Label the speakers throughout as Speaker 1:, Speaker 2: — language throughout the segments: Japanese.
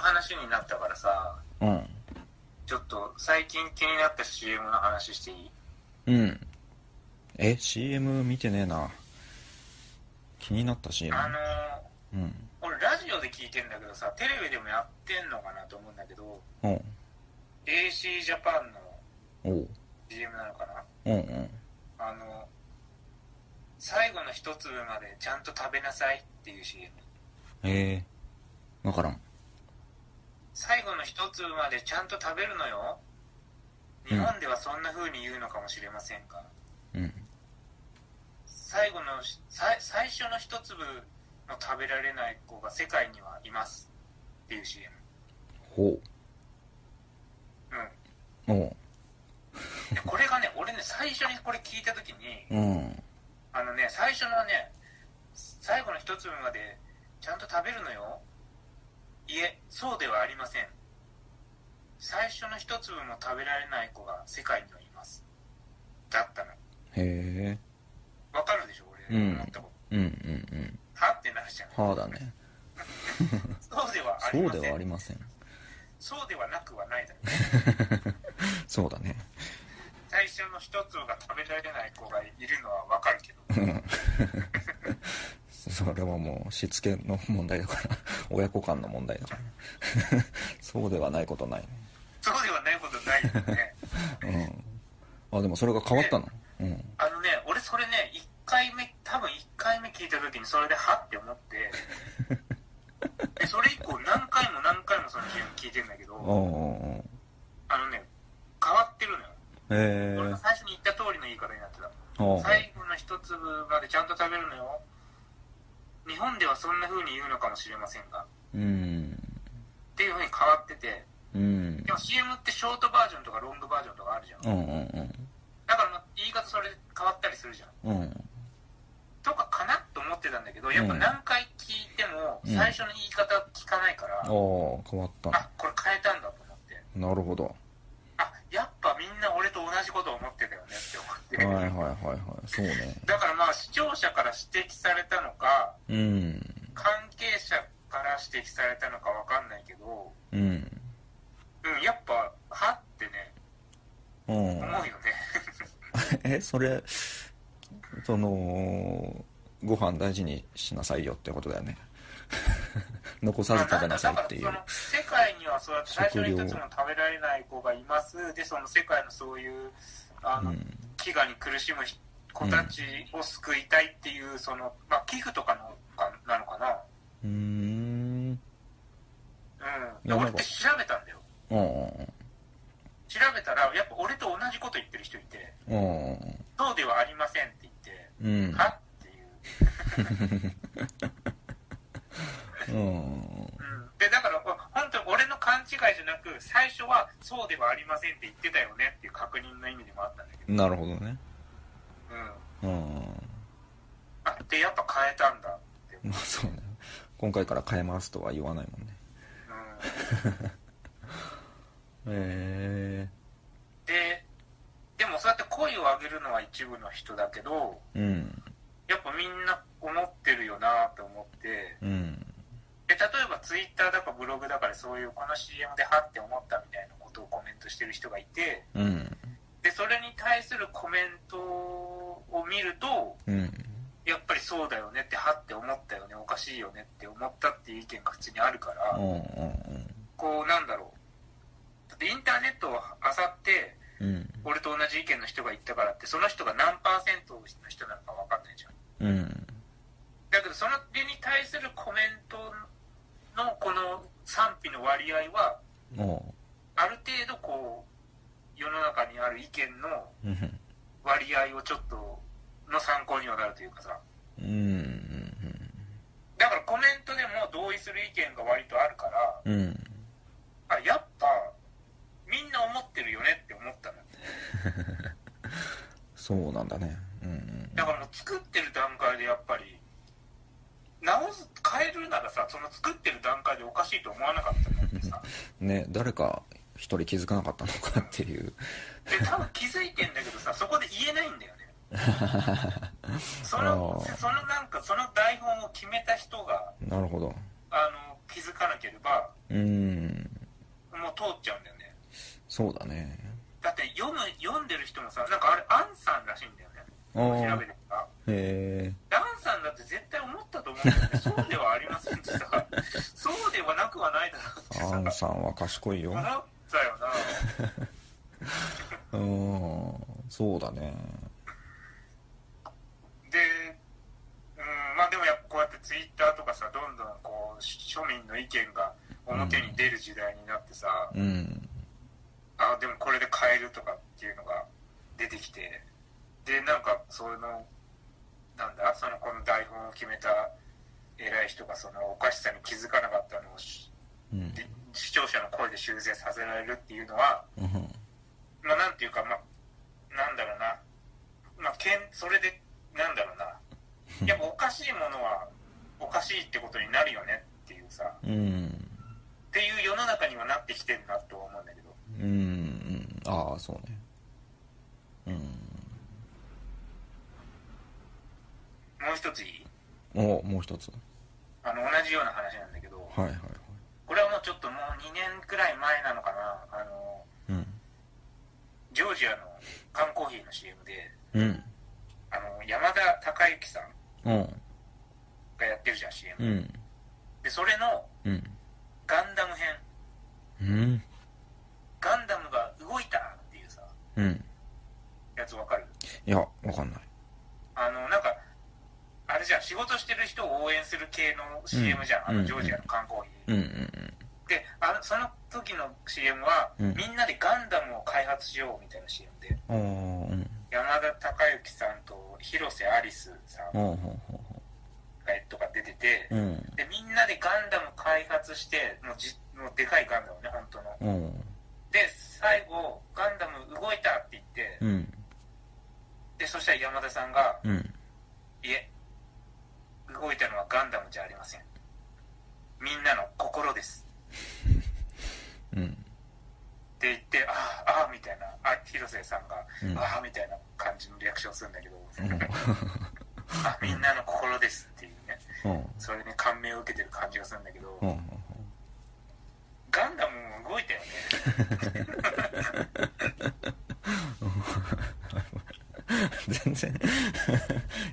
Speaker 1: 話になったからさ、
Speaker 2: うん。
Speaker 1: ちょっと最近気になった CM の話していい
Speaker 2: うん。え、CM 見てねえな。気になった CM。
Speaker 1: あのー
Speaker 2: うん。
Speaker 1: 俺ラジオで聞いてんだけどさ、テレビでもやってんのかなと思うんだけど、
Speaker 2: おう
Speaker 1: AC ジャパンの
Speaker 2: おう。
Speaker 1: CM なのかな
Speaker 2: うんうん。
Speaker 1: あの、最後の一粒までちゃんと食べなさいっていう CM。
Speaker 2: ええわからん。
Speaker 1: 最後の一粒までちゃんと食べるのよ。
Speaker 2: う
Speaker 1: 日
Speaker 2: ん
Speaker 1: 本ではそんな風に言うのかもしれませんが、
Speaker 2: うん。
Speaker 1: 最後のし、最最初の一粒の食べられない子が世界にはいますっていう CM。
Speaker 2: ほ
Speaker 1: うん。
Speaker 2: う。おう。
Speaker 1: でこれがね、俺ね、最初にこれ聞いたときに、
Speaker 2: うん。
Speaker 1: あのね、最初のね、最後の一粒までちゃんと食べるのよ。いえ、そうではありません。最初の一粒も食べられない子が世界にはいます。だったの。
Speaker 2: へ
Speaker 1: わかるでしょ、俺。
Speaker 2: うん
Speaker 1: 思ったこ
Speaker 2: え。うんうん
Speaker 1: と。はってなるじゃん。
Speaker 2: うん。はあだね。
Speaker 1: そうではあり
Speaker 2: そう
Speaker 1: ません。
Speaker 2: ではありません。
Speaker 1: そうではなくはないだろ。
Speaker 2: そうだね。
Speaker 1: 最初の一粒が食べられない子がいるのはわかるけど。
Speaker 2: うん。それはもうしつけの問題だから、親子間の問題だから。 そうではないことないね。
Speaker 1: そうではないことないよ ね。
Speaker 2: うん。あ、でもそれが変わったのうん。
Speaker 1: あのね、俺それね、1回目、多分1回目聞いた時にそれではって思って、 でそれ以降何回も何回もその CM 聞いてんだけど、
Speaker 2: おうんうんうん。
Speaker 1: あのね、変わってるのよ。
Speaker 2: え
Speaker 1: 俺
Speaker 2: え
Speaker 1: が最初に言った通りの言い方になってた。
Speaker 2: おう
Speaker 1: 最後の一粒までちゃんと食べるのよ。日本ではそんな風に言うのかもしれませんが。っ
Speaker 2: うん。
Speaker 1: ていう風に変わってて、
Speaker 2: うん
Speaker 1: で。も CM ってショートバージョンとかロングバージョンとかあるじゃん。
Speaker 2: うんうん
Speaker 1: だからまあ言い方それで変わったりするじゃん。
Speaker 2: うん。うん。
Speaker 1: とかかなと思ってたんだけど、やっぱ何回聞いても、
Speaker 2: うん
Speaker 1: 最初の言い方聞かないから、
Speaker 2: おお変わった。
Speaker 1: あ、これ変えたんだと思って、
Speaker 2: なるほど。
Speaker 1: あ、やっぱみんな俺と同じこと思ってたよねって
Speaker 2: はい
Speaker 1: 思
Speaker 2: はい
Speaker 1: っ
Speaker 2: は
Speaker 1: て、
Speaker 2: いはい。そうね。
Speaker 1: だからまあ視聴者から指摘されたのか、
Speaker 2: うん。
Speaker 1: 関係者から指摘されたのかわかんないけど、
Speaker 2: うん。
Speaker 1: うん、やっぱ、はってね、
Speaker 2: うん
Speaker 1: 思う。よね。
Speaker 2: え、それ、その、ご飯大事にしなさいよってことだよね。 残さず食べなさいってい
Speaker 1: ま あ
Speaker 2: う
Speaker 1: なん。かその世界にはそうやって最初に一
Speaker 2: 食料
Speaker 1: つも食べられない子がいます。で、その世界のそういう、あ
Speaker 2: う
Speaker 1: の、
Speaker 2: ん。
Speaker 1: 飢餓に苦しむ子たちを救いたいっていう、その、まあ、寄付とかのかなのか
Speaker 2: うーん。
Speaker 1: な。うん。
Speaker 2: い
Speaker 1: 俺
Speaker 2: やな
Speaker 1: っ
Speaker 2: んか
Speaker 1: て調べたんだよ。
Speaker 2: うん。
Speaker 1: 調べたら、やっぱ俺と同じこと言ってる人いて、
Speaker 2: うん。
Speaker 1: そうではありませんって言って、
Speaker 2: うん。
Speaker 1: はっていう。
Speaker 2: うん。
Speaker 1: うん。で、だから、お本当に俺の勘違いじゃなく、最初はそうではありませんって言ってたよねっていう確認の意味でもあったんだけど。
Speaker 2: なるほどね。
Speaker 1: うん。
Speaker 2: うん。
Speaker 1: あ、で、やっぱ変えたんだって。うん。
Speaker 2: まあそうね。今回から変えますとは言わないもんね。へ
Speaker 1: で、でもそうやって声を上げるのは一部の人だけど、
Speaker 2: え。うん。
Speaker 1: やっぱみんな思ってるよなと思って
Speaker 2: うん。
Speaker 1: で例えばツイッターだかブログだかでそういうこの CM でハって思ったみたいなことをコメントしてる人がいて
Speaker 2: うん。
Speaker 1: でそれに対するコメントを見ると
Speaker 2: うん。
Speaker 1: やっぱりそうだよねってハって思ったよねおかしいよねって思ったっていう意見が普通にあるから、
Speaker 2: うん。
Speaker 1: こうなんだろうだってインターネットを漁って
Speaker 2: うん。
Speaker 1: 俺と同じ意見の人が言ったからってその人が何パーセントの人なのか分かんないじゃん
Speaker 2: うん。うん。
Speaker 1: だけどその手に対するコメントのこの賛否の割合は
Speaker 2: おう。
Speaker 1: ある程度こう世の中にある意見の
Speaker 2: うん。
Speaker 1: 割合をちょっとの参考にはなるというかさ
Speaker 2: うん。
Speaker 1: だからコメントでも同意する意見が割とあるから
Speaker 2: うん。うん。
Speaker 1: あやっぱみんな思ってるよねって思ったの
Speaker 2: そうなんだね。うん。
Speaker 1: だからもう作ってる段階でやっぱり直す変えるならさその作ってる段階でおかしいと思わなかったのって さ
Speaker 2: ね、誰か一人気づかなかったのかっていう。
Speaker 1: で多分気づいてんだけどさそこで言えないんだよねそ
Speaker 2: あ
Speaker 1: の
Speaker 2: ー
Speaker 1: そのなんかその台本を決めた人が
Speaker 2: なるほど。
Speaker 1: あの気づかなければ
Speaker 2: うん。
Speaker 1: う通っちゃうんだよね
Speaker 2: そうだね
Speaker 1: だって読む読んでる人もさなんかあれアンさんらしいんだよね
Speaker 2: ああ
Speaker 1: 調べてたら
Speaker 2: へえ
Speaker 1: ダンさんだって絶対思ったと思うんだよねそうではありませんって さそうではなくはないだ
Speaker 2: ア
Speaker 1: ろうって
Speaker 2: ン
Speaker 1: さ
Speaker 2: さんは賢いよ
Speaker 1: 思ったよな
Speaker 2: うんそうだね
Speaker 1: で、うん、まあでもやっぱこうやってツイッターとかさどんどんこう庶民の意見が表に出る時代になってさ、
Speaker 2: うん
Speaker 1: あでもこれで買えるとかっていうのが出てきてでなんかそのなんだそのこの台本を決めた偉い人がそのおかしさに気づかなかったのをし
Speaker 2: うん
Speaker 1: で視聴者の声で修正させられるっていうのは
Speaker 2: うん
Speaker 1: まあなんていうかまあなんだろうなまあけんそれでなんだろう なやっぱおかしいものはおかしいってことになるよねっていうさ
Speaker 2: うん
Speaker 1: っていう世の中にはなってきてるなとは思うんだけど
Speaker 2: うんうんああそうねうん
Speaker 1: もう一ついい
Speaker 2: おもう一つ
Speaker 1: あの同じような話なんだけど、
Speaker 2: はいはいはい
Speaker 1: これはもうちょっともう2年くらい前なのかなあの
Speaker 2: うん
Speaker 1: ジョージアの缶コーヒーの CM で
Speaker 2: うん
Speaker 1: あの山田孝之さん
Speaker 2: うん
Speaker 1: がやってるじゃん CM、
Speaker 2: うん
Speaker 1: でそれの
Speaker 2: うん
Speaker 1: ガンダム編
Speaker 2: うん
Speaker 1: ガンダムが動いたっていうさ
Speaker 2: うん
Speaker 1: やつわかる
Speaker 2: いやわかんない
Speaker 1: あのなんかあれじゃん仕事してる人を応援する系の CM じゃん、
Speaker 2: うん
Speaker 1: あのジョージアの缶コーヒー、
Speaker 2: うんうん
Speaker 1: であのその時の CM は、
Speaker 2: うん
Speaker 1: みんなでガンダムを開発しようみたいな CM で
Speaker 2: うんああうん
Speaker 1: 山田孝之さんと広瀬アリスさんが
Speaker 2: ほうほうほうほ
Speaker 1: とか出てて、
Speaker 2: ううん
Speaker 1: でみんなでガンダム開発してもうじもうでかいガンダムね本当の
Speaker 2: うん
Speaker 1: で最後ガンダム動いたって言って
Speaker 2: うん
Speaker 1: でそしたら山田さんが
Speaker 2: うん
Speaker 1: 「いえ動いたのはガンダムじゃありませんみんなの心です
Speaker 2: うん」
Speaker 1: って言って「ああああ」みたいなあ広瀬さんが
Speaker 2: う
Speaker 1: 「
Speaker 2: ん
Speaker 1: ああ」みたいな感じのリアクションするんだけど
Speaker 2: う
Speaker 1: 「
Speaker 2: ん
Speaker 1: あみんなの心です」っていうね
Speaker 2: うん
Speaker 1: それに感銘を受けてる感じがするんだけど
Speaker 2: うんうん
Speaker 1: ガンダムも動いたよね
Speaker 2: 全然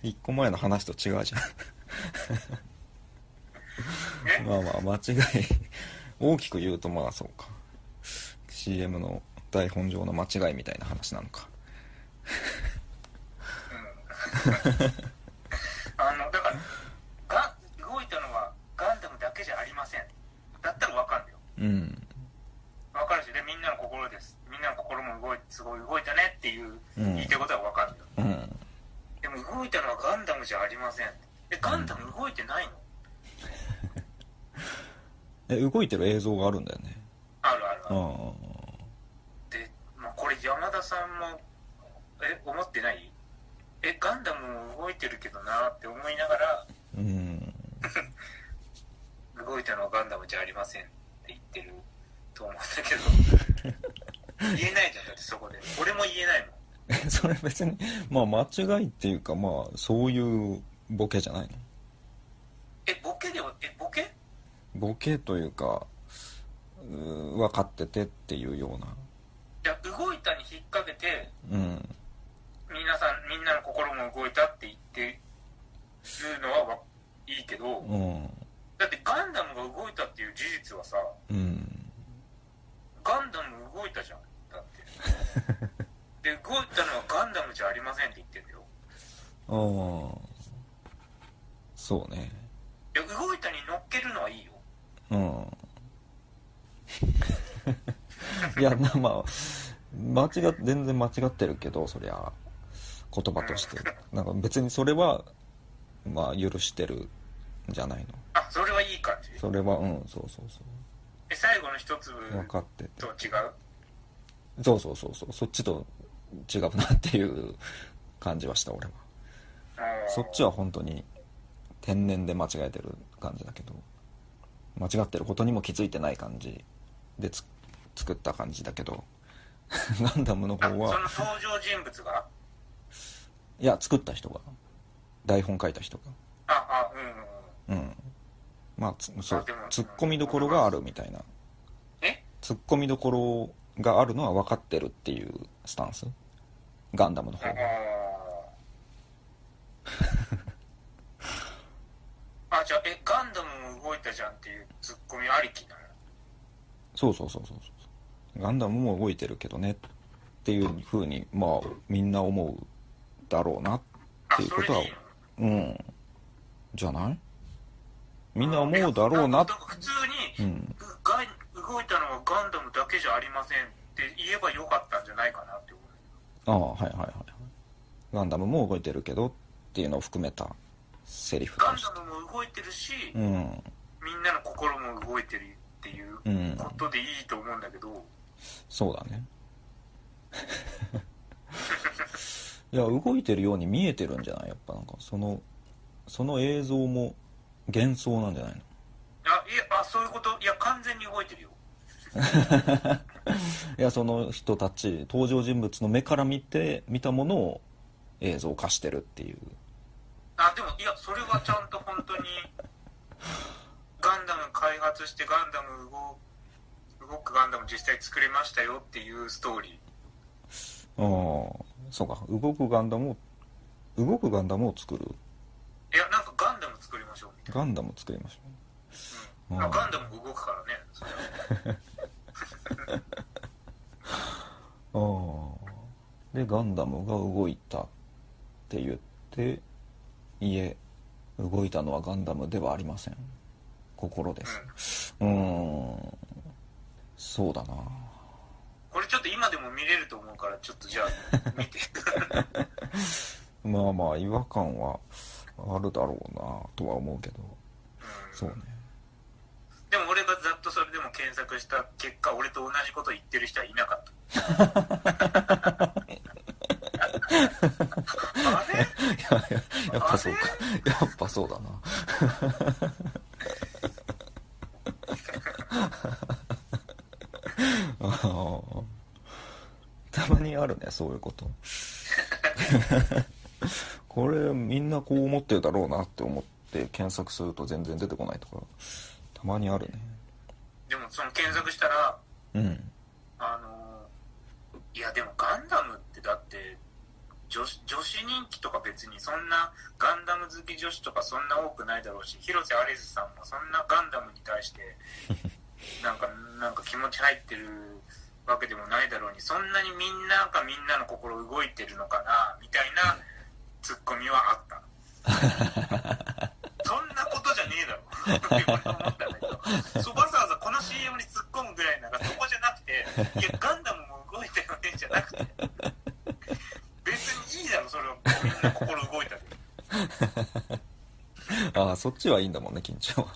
Speaker 2: 一個前の話と違うじゃんまあまあ間違い大きく言うとまあそうか CM の台本上の間違いみたいな話なのか
Speaker 1: あのだからが動いたのはガンダムだけじゃありませんだったらわかるよ
Speaker 2: うん
Speaker 1: わかるしでみんなの心ですみんなの心も動いすごい動いたねっていう
Speaker 2: うん
Speaker 1: 言いたいことはわかるよ、
Speaker 2: うん
Speaker 1: でも動いたのはガンダムじゃありませんでガンダム動いてないの、
Speaker 2: え動いてる映像があるんだよね
Speaker 1: あるあるあ
Speaker 2: う
Speaker 1: る
Speaker 2: んうん
Speaker 1: で、まあ、これ山田さんもえ思ってないえガンダムも動いてるけどなって思いながら
Speaker 2: うん
Speaker 1: 動いたのはガンダムじゃありませんって言ってると思うんだけ ど言えないじゃんだってそこで俺も言えないもん
Speaker 2: えそれ別にまあ間違いっていうかまあそういうボケじゃないの
Speaker 1: えボケではえボケ
Speaker 2: ボケというかうー分かっててっていうような
Speaker 1: じゃ動いたに引っ掛けて
Speaker 2: うん
Speaker 1: 皆さんみんなの心も動いたって言ってるのはわいいけど
Speaker 2: うん
Speaker 1: だってガンダムが動いたっていう事実はさ
Speaker 2: うん
Speaker 1: ガンダム動いたじゃんだって で動いたのはガンダムじゃありませんって言ってるよ
Speaker 2: ああそうね
Speaker 1: いや動いたに乗っけるのはいいよ
Speaker 2: うん いやまあまあ間違っ全然間違ってるけどそりゃ言葉としてなんか別にそれはまあ許してるんじゃないの
Speaker 1: あそれはいい感じ
Speaker 2: それはうんそうそうそ
Speaker 1: え最後の一粒
Speaker 2: う分かってて
Speaker 1: と違う
Speaker 2: そうそうそうそうそっちと違うなっていう感じはした俺はそっち
Speaker 1: は
Speaker 2: は本当に天然で間違えてる感じだけど間違ってることにも気づいてない感じでつ作った感じだけど ガンダムの
Speaker 1: あ
Speaker 2: 方
Speaker 1: その
Speaker 2: は
Speaker 1: 登場人物が
Speaker 2: いや作った人が台本書いた人
Speaker 1: ああうんうんうん
Speaker 2: がうんまあつそう
Speaker 1: あでも
Speaker 2: ツッコミどころがあるみたいな
Speaker 1: え
Speaker 2: ツ突っ込みどころがあるのは分かってるっていうスタンスガンダムの方
Speaker 1: あ
Speaker 2: が
Speaker 1: ー あじゃあえガンダムも動いたじゃんっていうツッコミありきなの
Speaker 2: そうそうそうそうそうガンダムも動いてるけどねっていうふうにまあみんな思うだろうな
Speaker 1: あ
Speaker 2: っていうことは
Speaker 1: それでいいの
Speaker 2: うんじゃないみんな思うだろうな
Speaker 1: やんか普通
Speaker 2: う
Speaker 1: に、
Speaker 2: ん
Speaker 1: ガン動いたのはガンダムだけじゃありませんって言えばよかったんじゃないかなって思う
Speaker 2: ああはいはいはいガンダムも動いてるけどっていうのを含めたセリフ
Speaker 1: ガ
Speaker 2: だ
Speaker 1: ン
Speaker 2: し
Speaker 1: ダムも動いてるし、
Speaker 2: うん
Speaker 1: みんなの心も動いてるっていう
Speaker 2: うん
Speaker 1: ことでいいと思うんだけど、
Speaker 2: そうだね いや動いてるように見えてるんじゃないやっぱなんかそのその映像も幻想なんじゃないの
Speaker 1: あいやあそういうこといや完全に動いてるよ
Speaker 2: いやその人たち登場人物の目から見て見たものを映像化してるっていう
Speaker 1: あでもいやそれはちゃんと本当にガンダム開発してガンダム動動くガンダム実際作れましたよっていうストーリー
Speaker 2: ああそうか動くガンダムを動くガンダムを作る
Speaker 1: いやなんかガンダム作りましょうみたい
Speaker 2: ガンダムを作りましょう、
Speaker 1: な、
Speaker 2: あ
Speaker 1: ガンダムも動くからねそれは
Speaker 2: あでガンダムが動いたって言っていえ動いたのはガンダムではありません心ですうーんそうだな
Speaker 1: これちょっと今でも見れると思うからちょっとじゃあ見て
Speaker 2: まあまあ違和感はあるだろうなとは思うけどそうね
Speaker 1: でも俺がざっとそれでも検索した結果俺と同じこと言ってる人はいなかったあれ
Speaker 2: いやいややっぱそうかやっぱそうだな あーたまにあるねそういうこと これみんなこう思ってるだろうなって思って検索すると全然出てこないとかたまにあるね
Speaker 1: でもその検索したら
Speaker 2: うん
Speaker 1: あのーいやでもガンダムってだって女子女子人気とか別にそんなガンダム好き女子とかそんな多くないだろうし広瀬アリスさんもそんなガンダムに対してなんかなんか気持ち入ってるわけでもないだろうにそんなにみんながみんなの心動いてるのかなみたいなツッコミはあったそんなことじゃねえだろって俺は思ったんだけどそうわざわざこの CM に突っ込むぐらいならそこじゃなくていやガンダムも動いたよねじゃなくて別にいいだろそれはみんな心動いたで、
Speaker 2: ああそっちはいいんだもんね緊張は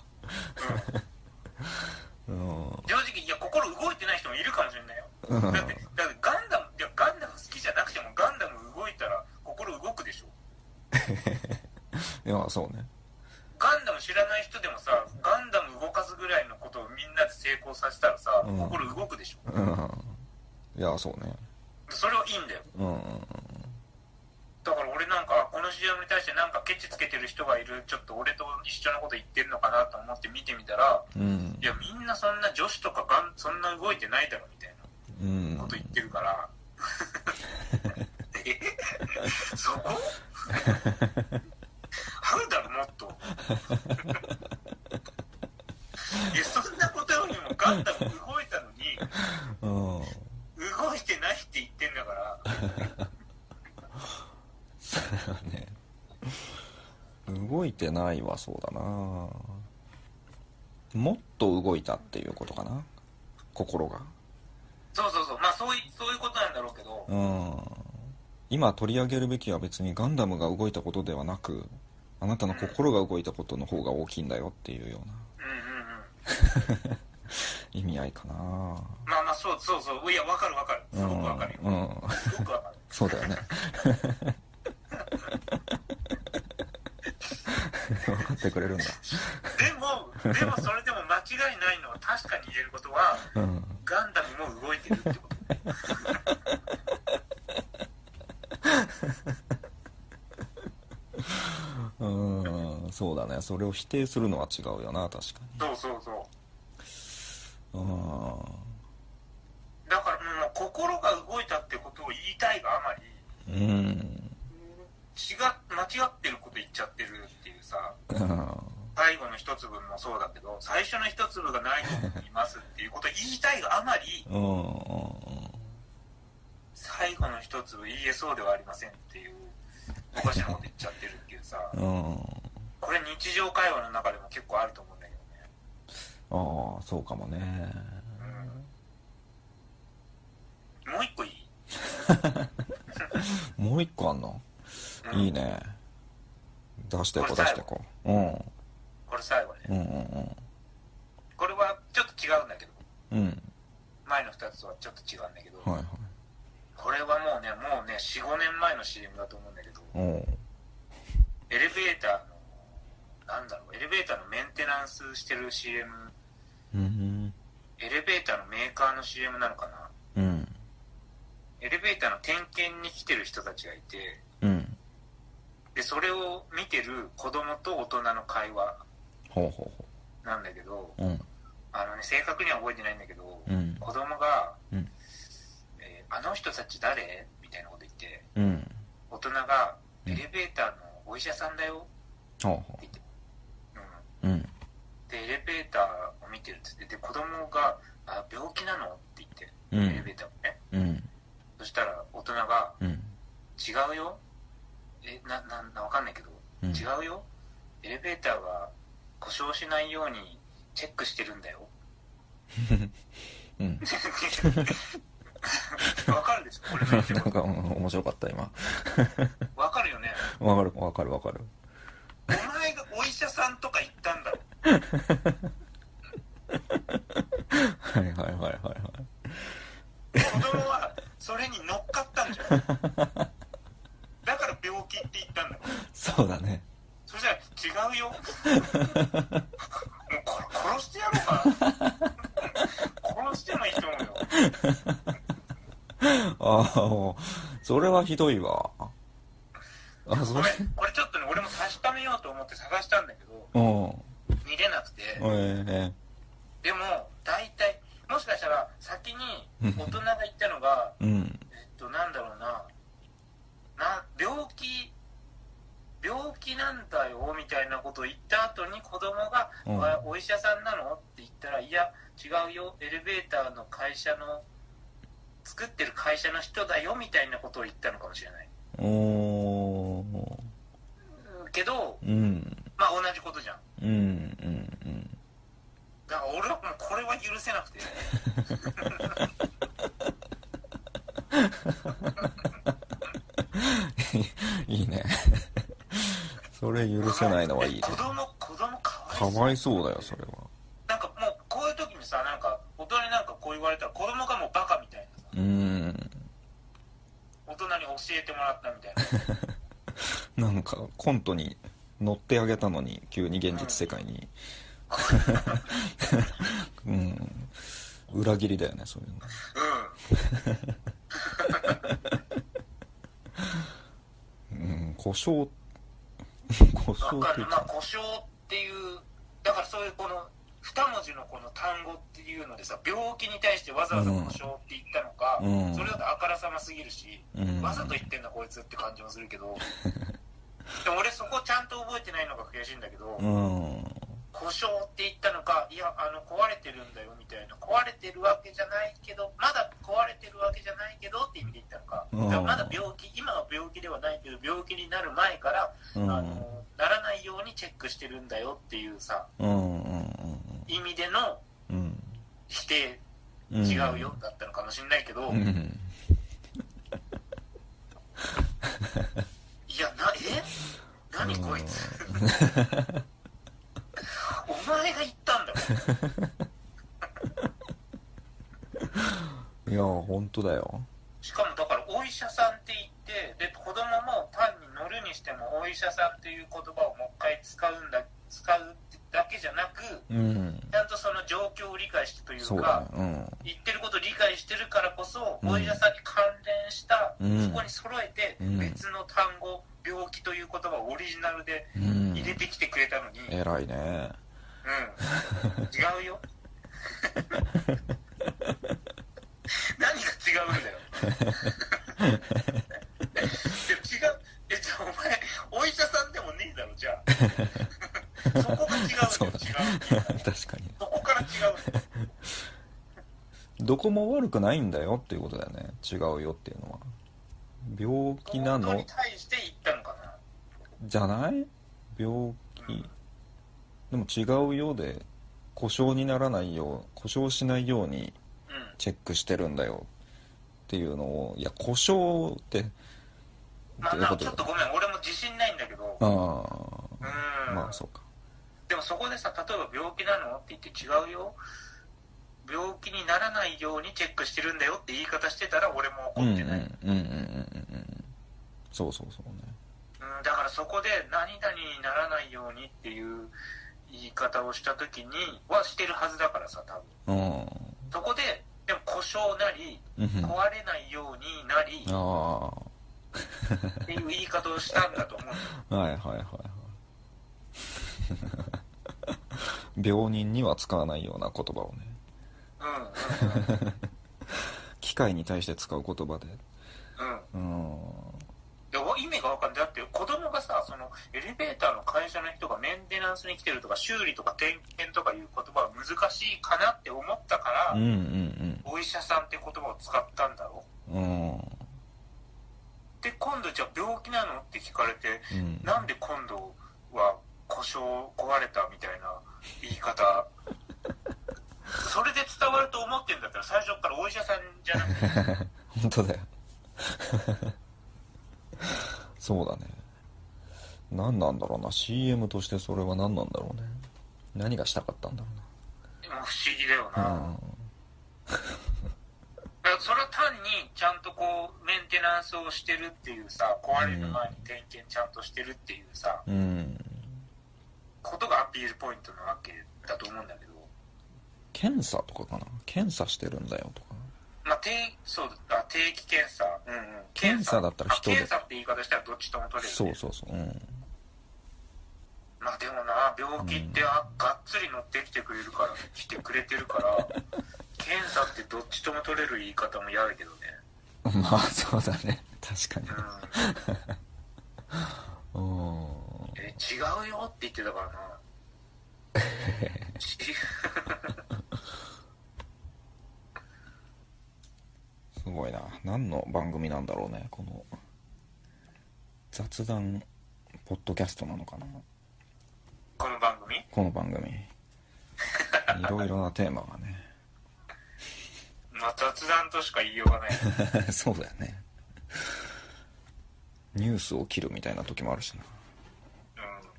Speaker 1: うん、
Speaker 2: うん
Speaker 1: 正直いや心動いてない人もいるかもしれないよだってだってガンダムいやガンダム好きじゃなくてもガンダム動いたら心動くでしょ
Speaker 2: いやそうね
Speaker 1: ガンダム知らない人でもさガンダム動かすぐらいのことをみんなで成功させたらさ、
Speaker 2: うん
Speaker 1: 心動くでしょ
Speaker 2: うんいやそうね
Speaker 1: それはいいんだよ
Speaker 2: うんうん
Speaker 1: だから俺なんかあこの CM に対してなんかケチつけてる人がいるちょっと俺と一緒のこと言ってるのかなと思って見てみたら
Speaker 2: うん
Speaker 1: いやみんなそんな女子とかがんそんな動いてないだろみたいな
Speaker 2: うん
Speaker 1: こと言ってるから、 えそこあるだろもっといやそんなことよりもガンダム動いたのに
Speaker 2: うん
Speaker 1: 動いてないって言ってんだから
Speaker 2: そうね動いてないはそうだなもっと動いたっていうことかな心が
Speaker 1: そうそうそうまあそういそういうことなんだろうけど
Speaker 2: うん今取り上げるべきは別にガンダムが動いたことではなくあなたの心が動いたことの方が大きいんだよっていうような
Speaker 1: うんうんうん
Speaker 2: 意味合いかな
Speaker 1: まあまあそうそうそういやわかるわかるすごくわかるよ、
Speaker 2: うんうん
Speaker 1: すごくわかる
Speaker 2: そうだよね。 分かってくれるんだ。
Speaker 1: でもでもそれでも間違いないのは確かに言えることは
Speaker 2: うん。
Speaker 1: ガンダムも動いてるって こと
Speaker 2: うん、そうだね。それを否定するのは違うよな、確か
Speaker 1: そうそうそう
Speaker 2: に。うん。
Speaker 1: ってことを言いたいがあまり
Speaker 2: うん
Speaker 1: 違間違ってること言っちゃってるっていうさ
Speaker 2: あ
Speaker 1: 最後の一粒もそうだけど最初の一粒がないとにいますっていうことを言いたいがあまり
Speaker 2: ーうんうん
Speaker 1: 最後の一粒言えそうではありませんっていうおかしなこと言っちゃってるっていうさ
Speaker 2: うんうん
Speaker 1: これ日常会話の中でも結構あると思うんだけどね
Speaker 2: ああそうかもね
Speaker 1: もう一個いい、
Speaker 2: もう一個あんの
Speaker 1: うん
Speaker 2: いいね出していこう出していこううん
Speaker 1: これ最後ね
Speaker 2: うんうん
Speaker 1: これはちょっと違うんだけど
Speaker 2: うんうん
Speaker 1: 前の2つとはちょっと違うんだけど、
Speaker 2: はいはい
Speaker 1: これはもうねもうね45年前の CM だと思うんだけど
Speaker 2: おう
Speaker 1: エレベーターのなんだろうエレベーターのメンテナンスしてる CM
Speaker 2: うん
Speaker 1: エレベーターのメーカーの CM なのかな
Speaker 2: うん
Speaker 1: エレベーターの点検に来てる人たちがいて
Speaker 2: うん
Speaker 1: でそれを見てる子供と大人の会話
Speaker 2: ほうほ
Speaker 1: なんだけど
Speaker 2: うほううん
Speaker 1: あのね正確には覚えてないんだけど、
Speaker 2: うん
Speaker 1: 子供が、
Speaker 2: うん
Speaker 1: えーあの人たち誰?」みたいなこと言って
Speaker 2: うん
Speaker 1: 大人が「
Speaker 2: うん
Speaker 1: エレベーターのお医者さんだよ
Speaker 2: ほうほ」
Speaker 1: うん、
Speaker 2: ううん
Speaker 1: でエレベーターを見てるっつってで子供が「あ病気なの?」って言って
Speaker 2: う
Speaker 1: エレベ
Speaker 2: ん
Speaker 1: ーターをね
Speaker 2: うん
Speaker 1: そしたら大人が
Speaker 2: うん
Speaker 1: 「違うよ」えなななわかんないけど
Speaker 2: うん
Speaker 1: 「違うよ」エレベーターが故障しないようにチェックしてるんだよ
Speaker 2: うん
Speaker 1: わかるでしょこれの
Speaker 2: な
Speaker 1: 言
Speaker 2: ん
Speaker 1: ってること
Speaker 2: かうん面白かった今
Speaker 1: わかるよね
Speaker 2: わかるわかるわかる
Speaker 1: お前がお医者さんとか言ったんだろ
Speaker 2: はいはいはいはいはい
Speaker 1: 子供はそれに乗っかったんじゃんだから病気って言ったんだろ
Speaker 2: そうだね
Speaker 1: そしたら違うよもうこ殺してやろうかな殺してもいいと思うよ
Speaker 2: ああもうそれはひどいわあ
Speaker 1: ご
Speaker 2: そ
Speaker 1: め
Speaker 2: れ
Speaker 1: んこれちょっとね俺も確かめようと思って探したんだけど
Speaker 2: うん
Speaker 1: 見れなくて
Speaker 2: え
Speaker 1: でも大体もしかしたら先に大人が言ったのが
Speaker 2: えうん
Speaker 1: えっと、なんだろうな、な病気、病気なんだよみたいなことを言った後に子供が、
Speaker 2: うん
Speaker 1: あお医者さんなのって言ったら、いや、違うよ、エレベーターの会社の、作ってる会社の人だよみたいなことを言ったのかもしれない。
Speaker 2: おー
Speaker 1: けど、
Speaker 2: うん
Speaker 1: まあ同じことじゃん。
Speaker 2: うんうん
Speaker 1: だから俺はもうこれは許せなくて。
Speaker 2: うんいいね それ許せないのはいいね
Speaker 1: 子供、子供かわい
Speaker 2: か
Speaker 1: そう。
Speaker 2: わいそうだよそれは
Speaker 1: なんかもうこういう時にさ、なんか大人になんかこう言われたら子供がもうバカみたいなさ。
Speaker 2: うん
Speaker 1: 大人に教えてもらったみたいな
Speaker 2: なんかコントに乗ってあげたのに急に現実世界 にうん裏切りだよねそういうのうん故障 故
Speaker 1: うん
Speaker 2: 障
Speaker 1: わか
Speaker 2: ってい
Speaker 1: る
Speaker 2: う
Speaker 1: まあ
Speaker 2: か
Speaker 1: 故障っていうだからそういうこの二文字のこの単語っていうのでさ病気に対してわざわざ故障って言ったのか、
Speaker 2: うん
Speaker 1: それだとあからさますぎるし、
Speaker 2: うん
Speaker 1: わざと言ってんだこいつって感じもするけ どでも俺そこちゃんと覚えてないのが悔しいんだけど、
Speaker 2: うん
Speaker 1: 故障って言ったのかいやあの壊れてるんだよみたいな壊れてるわけじゃないけどまだ壊れてるわけじゃないけどって意味で言ったのか
Speaker 2: うん
Speaker 1: だからまだ病気今は病気ではないけど病気になる前から、
Speaker 2: うん
Speaker 1: あのならないようにチェックしてるんだよっていうさ
Speaker 2: うん
Speaker 1: 意味での
Speaker 2: うん
Speaker 1: 否定
Speaker 2: うん
Speaker 1: 違うよだったのかもしれないけど、
Speaker 2: う
Speaker 1: い
Speaker 2: ん
Speaker 1: やなえ何こいつ お前が言ったんだよ
Speaker 2: いや本当だよ
Speaker 1: しかもだからお医者さんって言ってで子供も単に乗るにしてもお医者さんという言葉をもう一回使うんだ使うだけじゃなく
Speaker 2: うん
Speaker 1: ちゃんとその状況を理解してとい
Speaker 2: そうう
Speaker 1: か
Speaker 2: だね
Speaker 1: 言ってることを理解してるからこそ、
Speaker 2: うん
Speaker 1: お医者さんに関連した、
Speaker 2: うん
Speaker 1: そこに揃えて、
Speaker 2: うん
Speaker 1: 別の単語病気という言葉をオリジナルで
Speaker 2: うんうん
Speaker 1: 入れてきてくれたのに、うん
Speaker 2: 偉いね
Speaker 1: 違うよ何が違うんだよ違うえじゃあお前お医者さんでもねえだろじゃあそこが違うんだよ
Speaker 2: そうだ
Speaker 1: 違
Speaker 2: ね
Speaker 1: うんだよ
Speaker 2: 確かに
Speaker 1: そこから違うんだよ
Speaker 2: どこも悪くないんだよっていうことだよね違うよっていうのは病気な
Speaker 1: 本当
Speaker 2: の
Speaker 1: に対して言ったのかな
Speaker 2: じゃない病気でも違うようで故障にならないよう故障しないように
Speaker 1: うん
Speaker 2: チェックしてるんだよっていうのをいや故障ってど
Speaker 1: まあ
Speaker 2: ういう
Speaker 1: ま
Speaker 2: こ
Speaker 1: あ
Speaker 2: と
Speaker 1: ちょ
Speaker 2: だ
Speaker 1: っとごめん俺も自信ないんだけど
Speaker 2: あ
Speaker 1: う
Speaker 2: あ
Speaker 1: ん
Speaker 2: まあそうか
Speaker 1: でもそこでさ例えば病気なのって言って違うよ病気にならないようにチェックしてるんだよって言い方してたら俺も
Speaker 2: うん
Speaker 1: 怒っ
Speaker 2: うんうん
Speaker 1: て
Speaker 2: うんうん
Speaker 1: ない、
Speaker 2: うんうんそうそうそうね
Speaker 1: うん、だからそこで何々にならないようにっていう言い方をした時にはしてるはずだからさ多分
Speaker 2: う
Speaker 1: そこででも故障なり
Speaker 2: んうんあ
Speaker 1: 壊れないようになり
Speaker 2: あ
Speaker 1: っていう言い方をしたんだと思う
Speaker 2: はいはいはいはい病人には使わないような言葉をね
Speaker 1: うんうんうん
Speaker 2: 機械に対して使う言葉で
Speaker 1: うん
Speaker 2: うん
Speaker 1: でわ意味が分かんないだって子供がさそのエレベーターの会社の人がメンテナンスに来てるとか修理とか点検とかいう言葉は難しいかなって思ったから、
Speaker 2: うんうん
Speaker 1: お医者さんって言葉を使ったんだろ
Speaker 2: うんうん
Speaker 1: うで今度じゃあ病気なのって聞かれて
Speaker 2: うん
Speaker 1: なんで今度は故障壊れたみたいな言い方それで伝わると思ってんだったら最初からお医者さんじゃなくて
Speaker 2: 本当だよそうだね何なんだろうな CM としてそれは何なんだろうね何がしたかったんだろ
Speaker 1: もう不思議だよ
Speaker 2: う
Speaker 1: な、
Speaker 2: な
Speaker 1: だからそれは単にちゃんとこうメンテナンスをしてるっていうさ壊れる前に点検ちゃんとしてるっていうさ
Speaker 2: うん、うん、
Speaker 1: ことがアピールポイントなわけだと思うんだけど
Speaker 2: 検査とかかな検査してるんだよとか
Speaker 1: まあ定そうだ定期検査、うんうん、
Speaker 2: 検査だったら人
Speaker 1: あ
Speaker 2: で
Speaker 1: 検査って言い方したらどっちとも取れる、ね、
Speaker 2: そうそうそううん
Speaker 1: まあでもな病気ってあがっつり乗ってきてくれるから来てくれてるから 検査ってどっちとも取れる言い方も嫌だけどね
Speaker 2: まあそうだね確かに
Speaker 1: う
Speaker 2: うん
Speaker 1: んえ違うよって言ってたからな 違う
Speaker 2: すごいな何の番組なんだろうねこの雑談ポッドキャストなのかな
Speaker 1: この番組
Speaker 2: この番 組いろいろなテーマが
Speaker 1: まあ、雑談としか言いよう がない。
Speaker 2: ねそうだよねニュースを切るみたいな時もあるしな
Speaker 1: うん。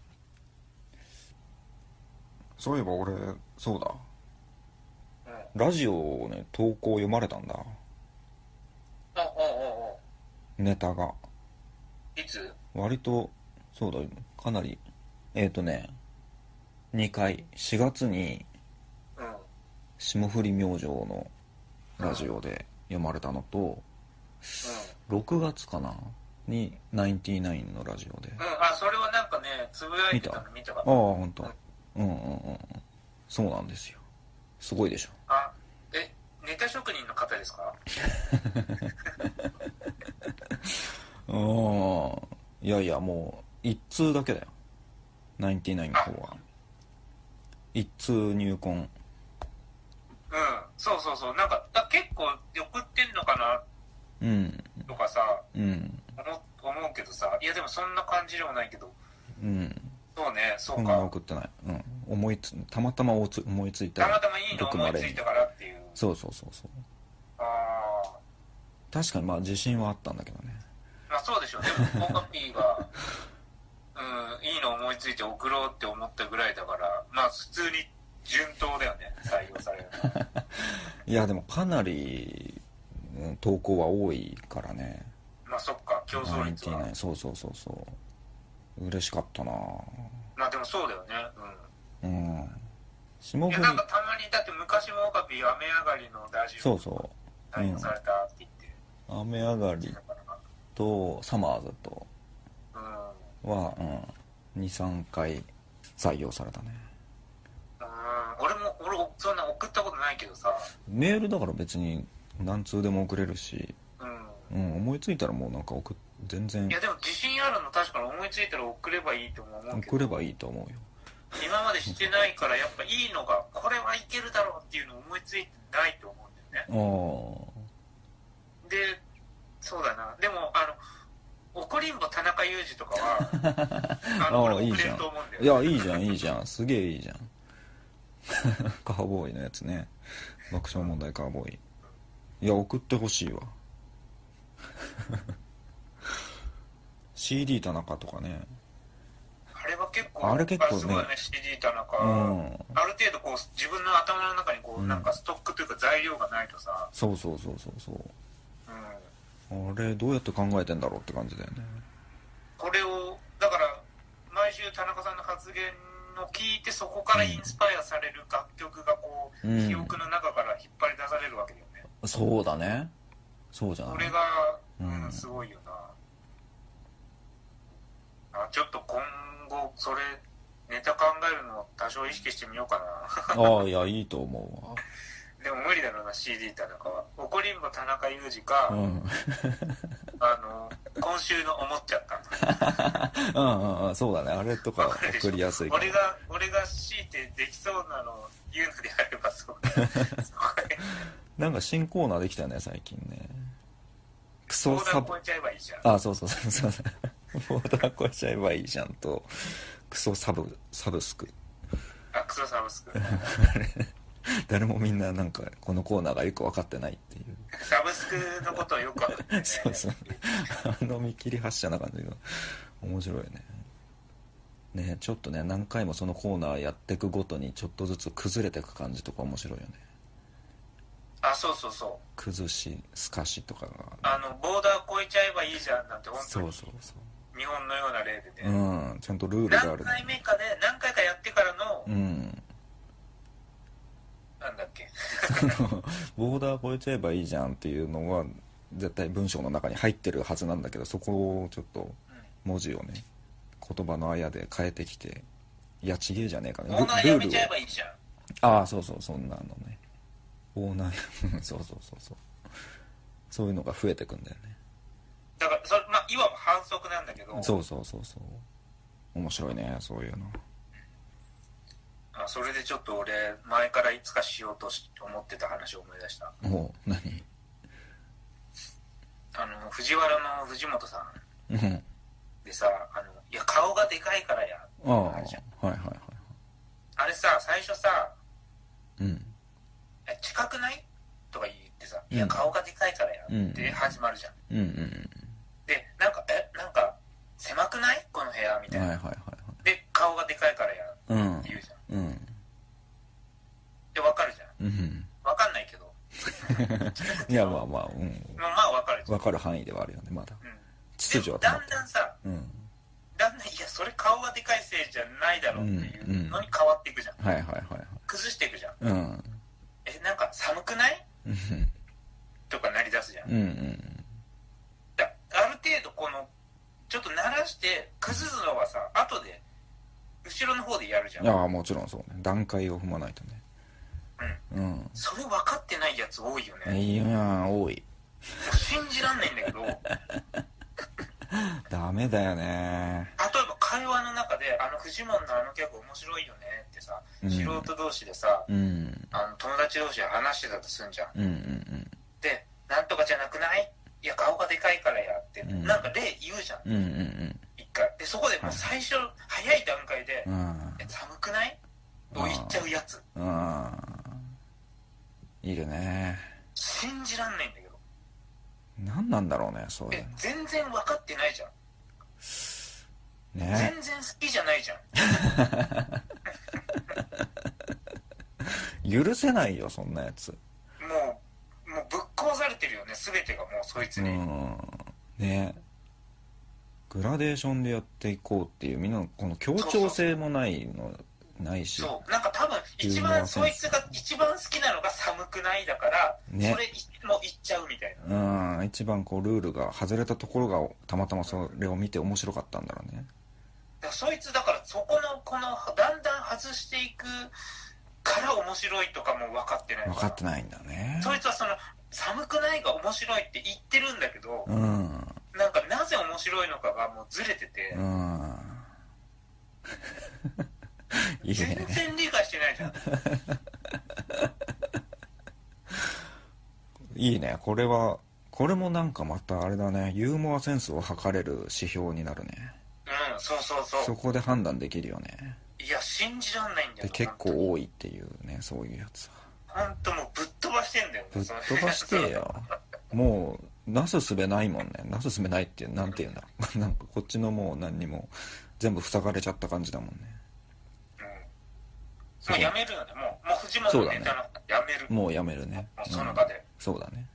Speaker 2: そういえば俺そうだ
Speaker 1: うん。
Speaker 2: ラジオをね投稿読まれたんだ
Speaker 1: おおおお
Speaker 2: ネタが
Speaker 1: いつ
Speaker 2: 割とそうだかなりえっ、ー、とね2回4月に
Speaker 1: うん。うん。
Speaker 2: 霜降り明星のラジオで読まれたのと6月かなにナインティナインのラジオで
Speaker 1: うん。あ、それはなんかね、つぶやいてたの見たか
Speaker 2: ああ
Speaker 1: ら。
Speaker 2: 本当。うんうんうんうんそうなんですよすごいでしょ
Speaker 1: あ、え、ネタ職人の方ですか
Speaker 2: うんいやいやもう一通だけだよナインティナインの方は一通入婚
Speaker 1: うん。そうそうそう。なんか、あ結構送ってんのかな
Speaker 2: うん
Speaker 1: とかさ、
Speaker 2: うん
Speaker 1: 思思うけどさ、いやでもそんな感じでもないけど、
Speaker 2: うん
Speaker 1: そうね、そ
Speaker 2: そ
Speaker 1: うん
Speaker 2: な
Speaker 1: か。
Speaker 2: 送ってない、うん、思いつたまたまおつ思いついた
Speaker 1: たまたまいいの思いついたからっていう。
Speaker 2: そうそうそうそう
Speaker 1: ああ。
Speaker 2: 確かにまあ自信はあったんだけどね
Speaker 1: まあそうでしょうね。ボカピーが、 うん、いいの思いついて送ろうって思ったぐらいだから、まあ普通に順当だよね、採用されるの は。
Speaker 2: いやでもかなり、うん、投稿は多いからね
Speaker 1: まあそっか、競争
Speaker 2: ナイン
Speaker 1: 率
Speaker 2: ティナ
Speaker 1: は
Speaker 2: イ。ンそうそうそうそう嬉しかったな
Speaker 1: まあでもそうだよね。
Speaker 2: うん
Speaker 1: う
Speaker 2: 霜
Speaker 1: ん。い
Speaker 2: 降
Speaker 1: や
Speaker 2: り
Speaker 1: なんかたまに、だって昔もオカピー雨上がりのラジ
Speaker 2: そう
Speaker 1: オ
Speaker 2: そ
Speaker 1: 採用されたって言って
Speaker 2: う雨上がり
Speaker 1: だから、
Speaker 2: とサマーズと
Speaker 1: うん。
Speaker 2: は、うん、23回採用されたね
Speaker 1: うん、俺も、俺そんな送ったことないけどさ、
Speaker 2: メールだから別に何通でも送れるし
Speaker 1: うん。
Speaker 2: うん、思いついたらもうなんか送っ全然
Speaker 1: いやでも自信あるの確かに思いついたら送ればいいとも思うけど
Speaker 2: 送ればいいと思うよ
Speaker 1: 今までしてないからやっぱいいのがこれはいけるだろうっていうの思いついてないと思うんだよね
Speaker 2: あ
Speaker 1: でそうだなでもあの怒りんぼ田中裕二とかは あの
Speaker 2: あ
Speaker 1: 俺
Speaker 2: あいい
Speaker 1: 送
Speaker 2: じ
Speaker 1: れ
Speaker 2: ゃ
Speaker 1: る
Speaker 2: ん
Speaker 1: と思うんだよ
Speaker 2: いやいいじゃんいいじゃんすげえいいじゃん カーボーイのやつね爆笑問題カーボーイいや送ってほしいわ CD 田中とかね
Speaker 1: あれは結構
Speaker 2: あれ結構ね
Speaker 1: すごいよね CD 田中、
Speaker 2: うん
Speaker 1: ある程度こう自分の頭の中にこう、
Speaker 2: うん
Speaker 1: なんかストックというか材料がないとさ、
Speaker 2: そうそうそうそうそ
Speaker 1: う
Speaker 2: う
Speaker 1: ん、
Speaker 2: あれどうやって考えてんだろうって感じだよね
Speaker 1: これをだから毎週田中さんの発言を聞いてそこからインスパイアされる楽曲がこう、
Speaker 2: うん
Speaker 1: 記憶の中から引っ張り出されるわけだよね
Speaker 2: そうだねそうじゃ
Speaker 1: こ
Speaker 2: な
Speaker 1: れ
Speaker 2: い
Speaker 1: が、
Speaker 2: う
Speaker 1: うんん、すごいよなあちょっと今後それネタ考えるのを多少意識してみようかな
Speaker 2: ああいやいいと思
Speaker 1: でも無理だろうな CD 田中は怒りんぼ田中裕二
Speaker 2: う
Speaker 1: か、
Speaker 2: わ、うん、うん
Speaker 1: あの今週の思っちゃった
Speaker 2: うんうんそうだねあれとか
Speaker 1: わかるでしょ
Speaker 2: 送りやすいから
Speaker 1: 俺が俺が強いてできそうなのを言うのであれば そうそこへ
Speaker 2: なんか新コーナーできたよね最近ねクソ
Speaker 1: 相
Speaker 2: サ
Speaker 1: 談
Speaker 2: ブ
Speaker 1: 超えちゃえばいいじゃん
Speaker 2: あそうそうそうそうボーダー越えちゃえばいいじゃんとクソサブサブスク
Speaker 1: あクソサブスク
Speaker 2: 誰もみんななんかこのコーナーがよく分かってないっていう
Speaker 1: サブスクのことをよくわかってね
Speaker 2: そうそう あの見切り発車な感じが面白いよねねちょっとね何回もそのコーナーやってくごとにちょっとずつ崩れてく感じとか面白いよね
Speaker 1: あそうそうそう
Speaker 2: 崩しすかしとかが
Speaker 1: あのボーダー越えちゃえばいいじゃんなんて本当
Speaker 2: そう
Speaker 1: に
Speaker 2: そうそ
Speaker 1: 日本のような例で
Speaker 2: う
Speaker 1: ね、
Speaker 2: うんちゃんとルールがあ
Speaker 1: 何
Speaker 2: る
Speaker 1: 回目かで何回かやってからの、
Speaker 2: うん
Speaker 1: なんだっけ
Speaker 2: そのボーダー越えちゃえばいいじゃんっていうのは絶対文章の中に入ってるはずなんだけどそこをちょっと文字をね言葉のあやで変えてきていやちげえじゃねえかね
Speaker 1: オーナー
Speaker 2: ル
Speaker 1: や
Speaker 2: ル
Speaker 1: め
Speaker 2: を
Speaker 1: ちゃえばいいじゃん
Speaker 2: ああそうそうそんなのねオーナー そうそうそうそうそういうのが増えてくんだよね
Speaker 1: だからそれまあいわば反則なんだけど
Speaker 2: そうそうそうそう面白いねそういうの
Speaker 1: あそれでちょっと俺前からいつかしようとし思ってた話を思い出した
Speaker 2: おう何
Speaker 1: あの藤原の藤本さん
Speaker 2: うん
Speaker 1: でさあのいや顔がでかいからや
Speaker 2: ああはい
Speaker 1: るじゃん
Speaker 2: はいは
Speaker 1: あれさ最初さ
Speaker 2: いうん
Speaker 1: え近くないとか言ってさ、
Speaker 2: うん
Speaker 1: いや顔がでかいからやっ
Speaker 2: う
Speaker 1: て
Speaker 2: ん
Speaker 1: 始まるじゃん、
Speaker 2: うんうん
Speaker 1: でなんかえなんか狭くないこの部屋み
Speaker 2: う
Speaker 1: たい
Speaker 2: んは
Speaker 1: な、
Speaker 2: いはいは
Speaker 1: で顔がでかいからや
Speaker 2: いは
Speaker 1: って
Speaker 2: い
Speaker 1: 言うじゃん
Speaker 2: うんうん
Speaker 1: でわかるじゃん
Speaker 2: うん
Speaker 1: わかんないけど
Speaker 2: いやまあまあうん
Speaker 1: まあまあわかるじゃん、
Speaker 2: 分かる範囲ではあるよねまだ
Speaker 1: うん、
Speaker 2: 秩序
Speaker 1: で
Speaker 2: は
Speaker 1: も
Speaker 2: 保
Speaker 1: だ
Speaker 2: っ
Speaker 1: んだんさ
Speaker 2: てうん
Speaker 1: だんだんいやそれ顔がでかいせいじゃないだろうっていうのに変わっていくじゃん、
Speaker 2: はいはいはいはい
Speaker 1: 崩していくじゃん
Speaker 2: うん
Speaker 1: えなんか寒くない
Speaker 2: うん
Speaker 1: とかなりだすじゃん
Speaker 2: うんうん
Speaker 1: だある程度このちょっと鳴らして崩すのはさ後で後ろの方でやるじゃん
Speaker 2: ああもちろんそうね段階を踏まないとねうん
Speaker 1: それ分かってないやつ多いよねも
Speaker 2: いやー多いう
Speaker 1: 信じらんないんだけど例え
Speaker 2: ダメだよね
Speaker 1: ば会話の中で「あのフジモンのあのギャグ面白いよね」ってさ
Speaker 2: うん
Speaker 1: 素人同士でさ、
Speaker 2: うん
Speaker 1: あの友達同士で話してたとすんじゃん
Speaker 2: うんうん
Speaker 1: で「なんとかじゃなくない?」いや顔がでかいからやって、
Speaker 2: うん
Speaker 1: なんか例言うじゃん
Speaker 2: うんうんうん
Speaker 1: 一回でそこでもう最初、早い段階で
Speaker 2: うんあ
Speaker 1: 「え寒くない?」と言っちゃうやつ
Speaker 2: あああいるね
Speaker 1: 信じらんないんだけど
Speaker 2: 何なんだろうねそういう
Speaker 1: え全然分かってないじゃん
Speaker 2: のね
Speaker 1: 全然好きじゃないじゃん
Speaker 2: 許せないよそんなやつ
Speaker 1: もうもうぶっ壊されてるよね全てがもうそいつ
Speaker 2: う
Speaker 1: に、
Speaker 2: んねグラデーションでやっていこうっていうみんなのこの協調性もないのないし
Speaker 1: そうなんか多分一番そいつが一番好きなのが寒くないだから、
Speaker 2: ね
Speaker 1: それいもう言っちゃうみたいな
Speaker 2: うん一番こうルールが外れたところがたまたまそれを見て面白かったんだろうね
Speaker 1: だからそいつだからそこのこのだんだん外していくから面白いとかも分かってない
Speaker 2: 分かって
Speaker 1: ない
Speaker 2: ないんだね
Speaker 1: そいつはその寒くないが面白いって言ってるんだけど、
Speaker 2: うん
Speaker 1: なんかなぜ面白いのかがもうずれてて
Speaker 2: う、んいい
Speaker 1: 全
Speaker 2: ね
Speaker 1: 然理解してないじゃん。
Speaker 2: いいねこれはこれもなんかまたあれだねユーモアセンスを測れる指標になるね
Speaker 1: うん、そうそうそ。
Speaker 2: そうこで判断できるよね
Speaker 1: いや、信じらんないんだよ
Speaker 2: で
Speaker 1: な。
Speaker 2: 結
Speaker 1: 本
Speaker 2: 構多いっていうねそういうやつは
Speaker 1: 当。ほんともうぶっ飛ばしてんだよ。
Speaker 2: ぶっ飛ば して
Speaker 1: よ。
Speaker 2: よもうなすすべないもんねなすすべないってなんて言うんだろ うなんかこっちのもう何にも全部塞がれちゃった感じだもんね
Speaker 1: うんもうやめるよね。もう、もう藤本のネタなんかやめる。も
Speaker 2: もうやめるね、
Speaker 1: うその場
Speaker 2: うん
Speaker 1: で。
Speaker 2: そうだね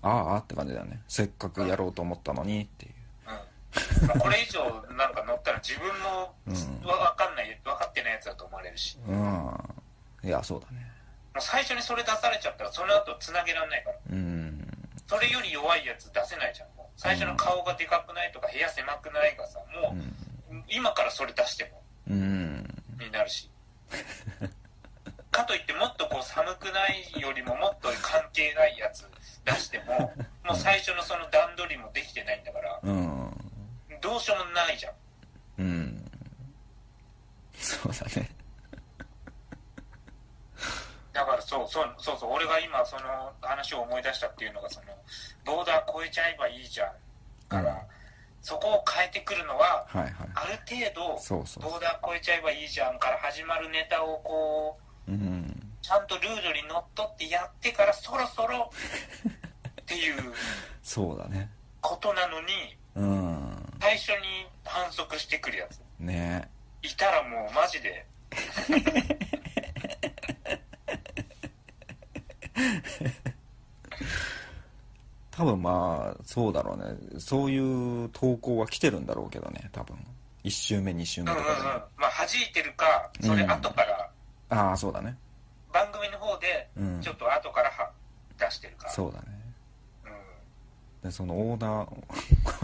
Speaker 2: ああああって感じだよねせっかくやろうと思ったのにっていう
Speaker 1: うんまあこれ以上なんか乗ったら自分の
Speaker 2: うん
Speaker 1: わ分かんない分かってないやつだと思われるしも
Speaker 2: うんいやそうだね
Speaker 1: う最初にそれ出されちゃったらその後つなげられないから
Speaker 2: うん
Speaker 1: それより弱いやつ出せないじゃんもう最初の顔がでかくないとか部屋狭くないがさもう今からそれ出しても
Speaker 2: うんうん
Speaker 1: になる しかといってもっとこう寒くないよりももっと関係ないやつ出してももう最初のその段取りもできてないんだから
Speaker 2: うん
Speaker 1: どうしようもないじゃん
Speaker 2: うんそうだね
Speaker 1: だからそうそうそうそう俺が今その話を思い出したっていうのがそのボーダー越えちゃえばいいじゃんから、
Speaker 2: うん
Speaker 1: そこを変えてくるのは
Speaker 2: はいはい
Speaker 1: ある程度
Speaker 2: そうそう
Speaker 1: ボーダー越えちゃえばいいじゃんから始まるネタをこう
Speaker 2: うん
Speaker 1: ちゃんとルールにのっとってやってからそろそろっていう
Speaker 2: そうだね
Speaker 1: ことなのに
Speaker 2: うん
Speaker 1: 最初に反則してくるやつ
Speaker 2: ね
Speaker 1: いたらもうマジで
Speaker 2: 多分まあそうだろうねそういう投稿は来てるんだろうけどね多分1周目2周
Speaker 1: うん
Speaker 2: 目
Speaker 1: うん
Speaker 2: と
Speaker 1: うん
Speaker 2: かでも、
Speaker 1: まあ弾いてるかそれ後から
Speaker 2: ああそうだね
Speaker 1: 番組の方で
Speaker 2: うん
Speaker 1: ちょっと後からは出してるから
Speaker 2: そうだね
Speaker 1: うん
Speaker 2: でそのオーダー こ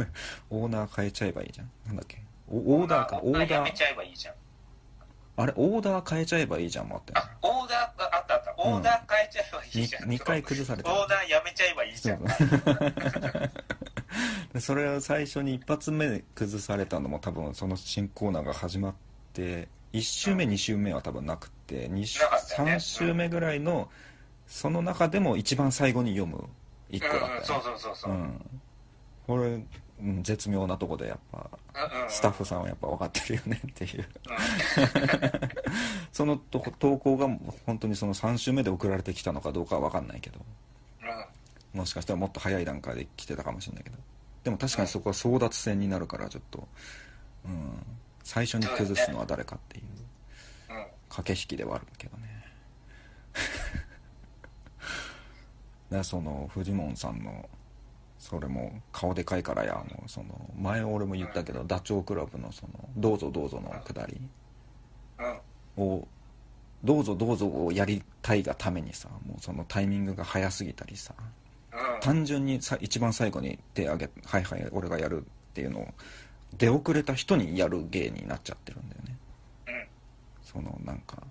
Speaker 2: れオーダー変えちゃえばいいじゃんなんだっけおオーダーかオー
Speaker 1: や
Speaker 2: ダ
Speaker 1: め
Speaker 2: ー
Speaker 1: ちゃえばいいじゃん
Speaker 2: あれオーダー変えちゃえばいいじゃんも あって
Speaker 1: あオーダーああったあったオーダー変えちゃえばいいじゃん、
Speaker 2: 2回崩された
Speaker 1: オーダーやめちゃえばいいじ
Speaker 2: そ
Speaker 1: ゃ
Speaker 2: うんでそれを最初に一発目で崩されたのも多分その新コーナーが始まって1周目2周目は多分なくて2周
Speaker 1: なかったよね
Speaker 2: 3周目ぐらいのその中でも一番最後に読む1個だ
Speaker 1: うんうん
Speaker 2: った
Speaker 1: そう
Speaker 2: よ
Speaker 1: そうそうそうう、
Speaker 2: んこれうん絶妙なとこでやっぱ
Speaker 1: うんうん
Speaker 2: スタッフさんはやっぱ分かってるよねっていう
Speaker 1: う
Speaker 2: そのとこ投稿が本当にその3周目で送られてきたのかどうかは分かんないけど
Speaker 1: んうん
Speaker 2: もしかしたらもっと早い段階で来てたかもしれないけどでも確かにそこは争奪戦になるからちょっと、うん、最初に崩すのは誰かっていう
Speaker 1: うんうん
Speaker 2: 駆け引きではあるけどね だからそのフジモンさんのそれも顔でかいからやもうその前俺も言ったけどダチョウ倶楽部のその「どうぞどうぞ」のくだり
Speaker 1: うん
Speaker 2: を「どうぞどうぞ」をやりたいがためにさもうそのタイミングが早すぎたりさ
Speaker 1: うん
Speaker 2: 単純にさ一番最後に手挙げ「はいはい俺がやる」っていうのを出遅れた人にやる芸になっちゃってるんだよね
Speaker 1: うん
Speaker 2: そのなんか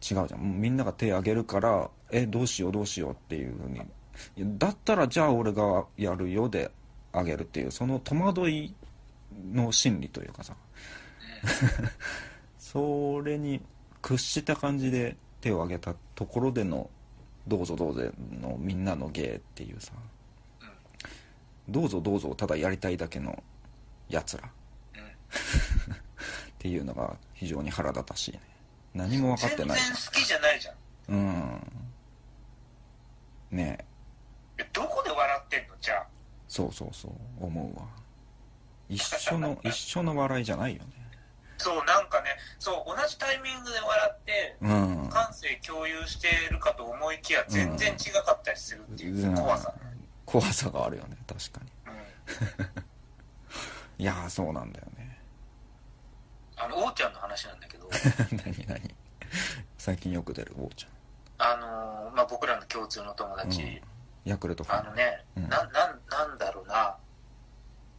Speaker 2: 違うじゃんもうみんなが手挙げるから「えどうしようどうしよう」っていうふうにいやだったらじゃあ俺がやるよであげるっていうその戸惑いの心理というかさ それに屈した感じで手を挙げたところでの「どうぞどうぞ」のみんなの芸っていうさどうぞどうぞをただやりたいだけのやつらっていうのが非常に腹立たしいね何も分かってない
Speaker 1: 全然好きじゃないじゃんい
Speaker 2: じゃんうんねえ
Speaker 1: やどこで笑ってんのじゃあ
Speaker 2: そうそうそう思うわ一 緒の一緒の笑いじゃないよね
Speaker 1: そうなんかねそう同じタイミングで笑って
Speaker 2: うん
Speaker 1: 感性共有してるかと思いきや全然違かったりするっていう怖さ、
Speaker 2: うん怖さがあるよね確か
Speaker 1: うん、
Speaker 2: にいやーそうなんだよね
Speaker 1: あの王ちゃんの話なんだけど
Speaker 2: 何何最近よく出るおうちゃん
Speaker 1: あのーまあ、僕らの共通の友達、
Speaker 2: うんヤクルトフ
Speaker 1: あ
Speaker 2: ァ
Speaker 1: の
Speaker 2: ン
Speaker 1: ね、
Speaker 2: うん
Speaker 1: ななんなんだろうな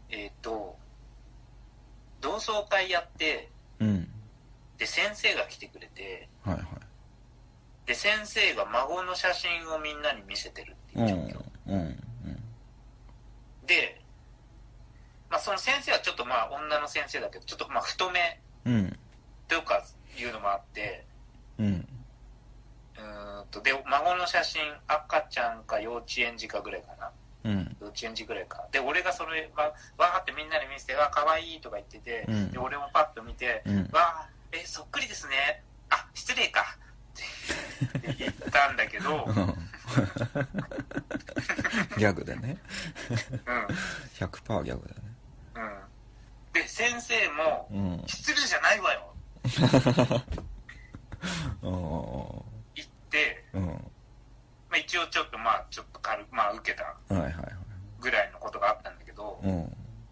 Speaker 1: えっ、と同窓会やって
Speaker 2: うん
Speaker 1: で先生が来てくれて
Speaker 2: はいはい
Speaker 1: で先生が孫の写真をみんなに見せてるっって
Speaker 2: う
Speaker 1: い
Speaker 2: ん
Speaker 1: う
Speaker 2: う
Speaker 1: 状
Speaker 2: ん
Speaker 1: 況、
Speaker 2: うん
Speaker 1: で、まあ、その先生はちょっとまあ女の先生だけどちょっとまあ太め
Speaker 2: うん
Speaker 1: とかいうのもあって
Speaker 2: うん
Speaker 1: うーんとで孫の写真赤ちゃんか幼稚園児かぐらいかな
Speaker 2: うん
Speaker 1: 幼稚園児ぐらいかで俺がそれわわーってみんなに見せて「わーかわいい」とか言ってて、
Speaker 2: うん
Speaker 1: で俺もパッと見て
Speaker 2: うん
Speaker 1: 「わーえそっくりですねあ失礼か」って言ったんだけど、うん、
Speaker 2: ギャグでね
Speaker 1: う
Speaker 2: 100%ギャグだね
Speaker 1: ん、で先生も
Speaker 2: うん
Speaker 1: 「失礼じゃないわよ
Speaker 2: うん」
Speaker 1: 言って、
Speaker 2: うん
Speaker 1: まあ、一応ちょっとまあちょっと軽くまあ受けた
Speaker 2: はいはいはい
Speaker 1: ぐらいのことがあったんだけど、
Speaker 2: うん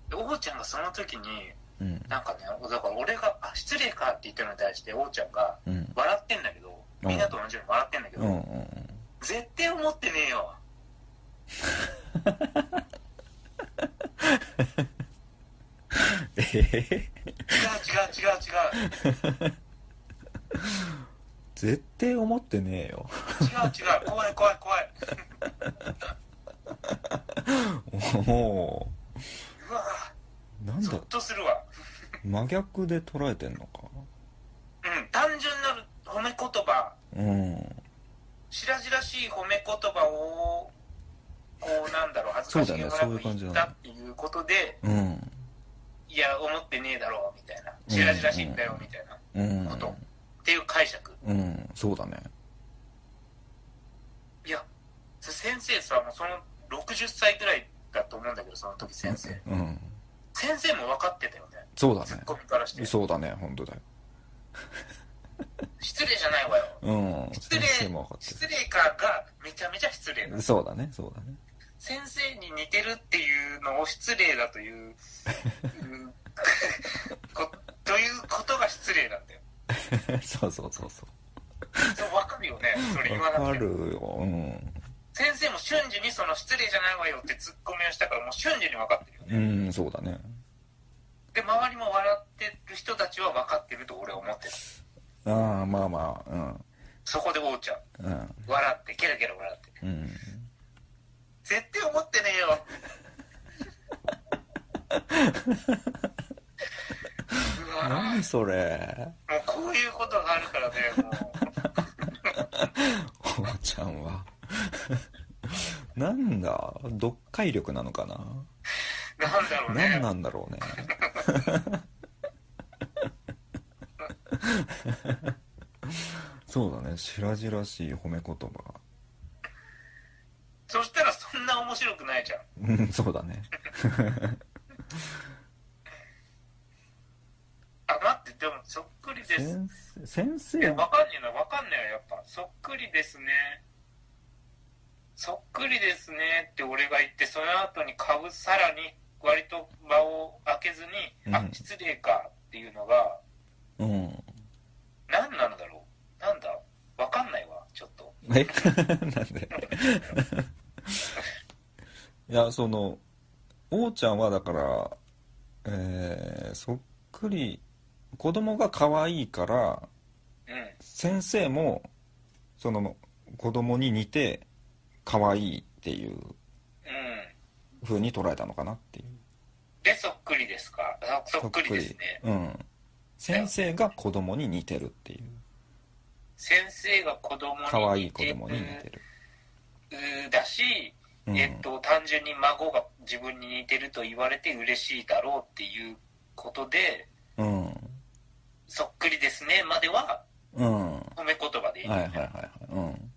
Speaker 1: でおうちゃんがその時に
Speaker 2: うん
Speaker 1: なんかねだから俺が「あ失礼か」って言ったのに対しておうちゃんが
Speaker 2: うん
Speaker 1: 笑ってんだけどみんなと同じように笑ってんだけど、
Speaker 2: うんうん
Speaker 1: 絶対思ってねえよ
Speaker 2: ええ
Speaker 1: 違う違う違う違う
Speaker 2: 絶対思ってねえよ
Speaker 1: 違う違う怖い怖い怖い
Speaker 2: おお
Speaker 1: うわ
Speaker 2: なん
Speaker 1: ゾ
Speaker 2: だ
Speaker 1: ッとするわ
Speaker 2: 真逆で捉えてんのか
Speaker 1: うん単純な褒め言葉
Speaker 2: うん
Speaker 1: 白々しい褒め言葉をこうなんだろう恥ずかしげもな
Speaker 2: そうだねそうい
Speaker 1: く
Speaker 2: う感じ
Speaker 1: 言
Speaker 2: だ
Speaker 1: った
Speaker 2: ね
Speaker 1: っていうことで
Speaker 2: うん
Speaker 1: いや思ってねえだろうみたいな白々しいんだよみたいな、
Speaker 2: うん
Speaker 1: ことっていう解釈
Speaker 2: うんそうだね
Speaker 1: いや先生さもうその60歳ぐらいだと思うんだけどその時先生
Speaker 2: うん
Speaker 1: 先生も分かってたよね
Speaker 2: そうだ
Speaker 1: ツッ
Speaker 2: ね
Speaker 1: コミからして
Speaker 2: そうだね本当だよ
Speaker 1: 失礼じゃないわよ
Speaker 2: うん
Speaker 1: 失礼
Speaker 2: 先生も分かって
Speaker 1: 失礼かがめちゃめちゃ失礼な
Speaker 2: るそうだねそうだね
Speaker 1: 先生に似てるっていうのを失礼だという うんこということが失礼なんだよ
Speaker 2: そうそうそうそ
Speaker 1: そう分かるよねそれ
Speaker 2: う
Speaker 1: 言わ
Speaker 2: わか
Speaker 1: なくて
Speaker 2: る
Speaker 1: も
Speaker 2: ようん
Speaker 1: 先生も瞬時にその失礼じゃないわよってツッコミをしたからもう瞬時に分かってるよね
Speaker 2: うんそうだね
Speaker 1: で周りも笑ってる人たちは分かってると俺は思ってる
Speaker 2: ああまあまあ
Speaker 1: そこでおうちゃん
Speaker 2: うんうん
Speaker 1: 笑ってケラケラ笑って
Speaker 2: うん
Speaker 1: 絶対思ってね えようわ
Speaker 2: 何それ
Speaker 1: もうこういうことがあるからね、もう。
Speaker 2: おばちゃんは なんだ読解力なのかな
Speaker 1: なんだろうね。
Speaker 2: 何なんだろうねそうだね白々しい褒め言葉
Speaker 1: そしたらそんな面白くないじゃん。
Speaker 2: うんそうだね
Speaker 1: あ、待って、でもそっくりです。
Speaker 2: 先生先
Speaker 1: いや、
Speaker 2: 生
Speaker 1: わかんねえな、わかんねえよ、やっぱ。そっくりですね。そっくりですねって俺が言って、その後にかぶ、さらに割と場を開けずに、あ
Speaker 2: う、ん
Speaker 1: 失礼かっていうのが、
Speaker 2: うん
Speaker 1: 何なんだろう。なんだわかんないわ、ちょっと。
Speaker 2: え なんでいやその王ちゃんはだからえーそっくり子供が可愛いから
Speaker 1: うん。
Speaker 2: 先生もその子供に似て可愛いっていう
Speaker 1: うん。
Speaker 2: 風に捉えたのかなっていう
Speaker 1: で、そっくりですか。あそっくりですね。
Speaker 2: うん先生が子供に似てるっていう
Speaker 1: 先生が子供に似てる
Speaker 2: 可愛い子供に似てる、
Speaker 1: だし、
Speaker 2: うん、
Speaker 1: えっと、単純に孫が自分に似てると言われて嬉しいだろうっていうことで
Speaker 2: うん
Speaker 1: そっくりですねまでは
Speaker 2: うんは
Speaker 1: 褒め言葉でい
Speaker 2: い
Speaker 1: い、
Speaker 2: はいはいはいうん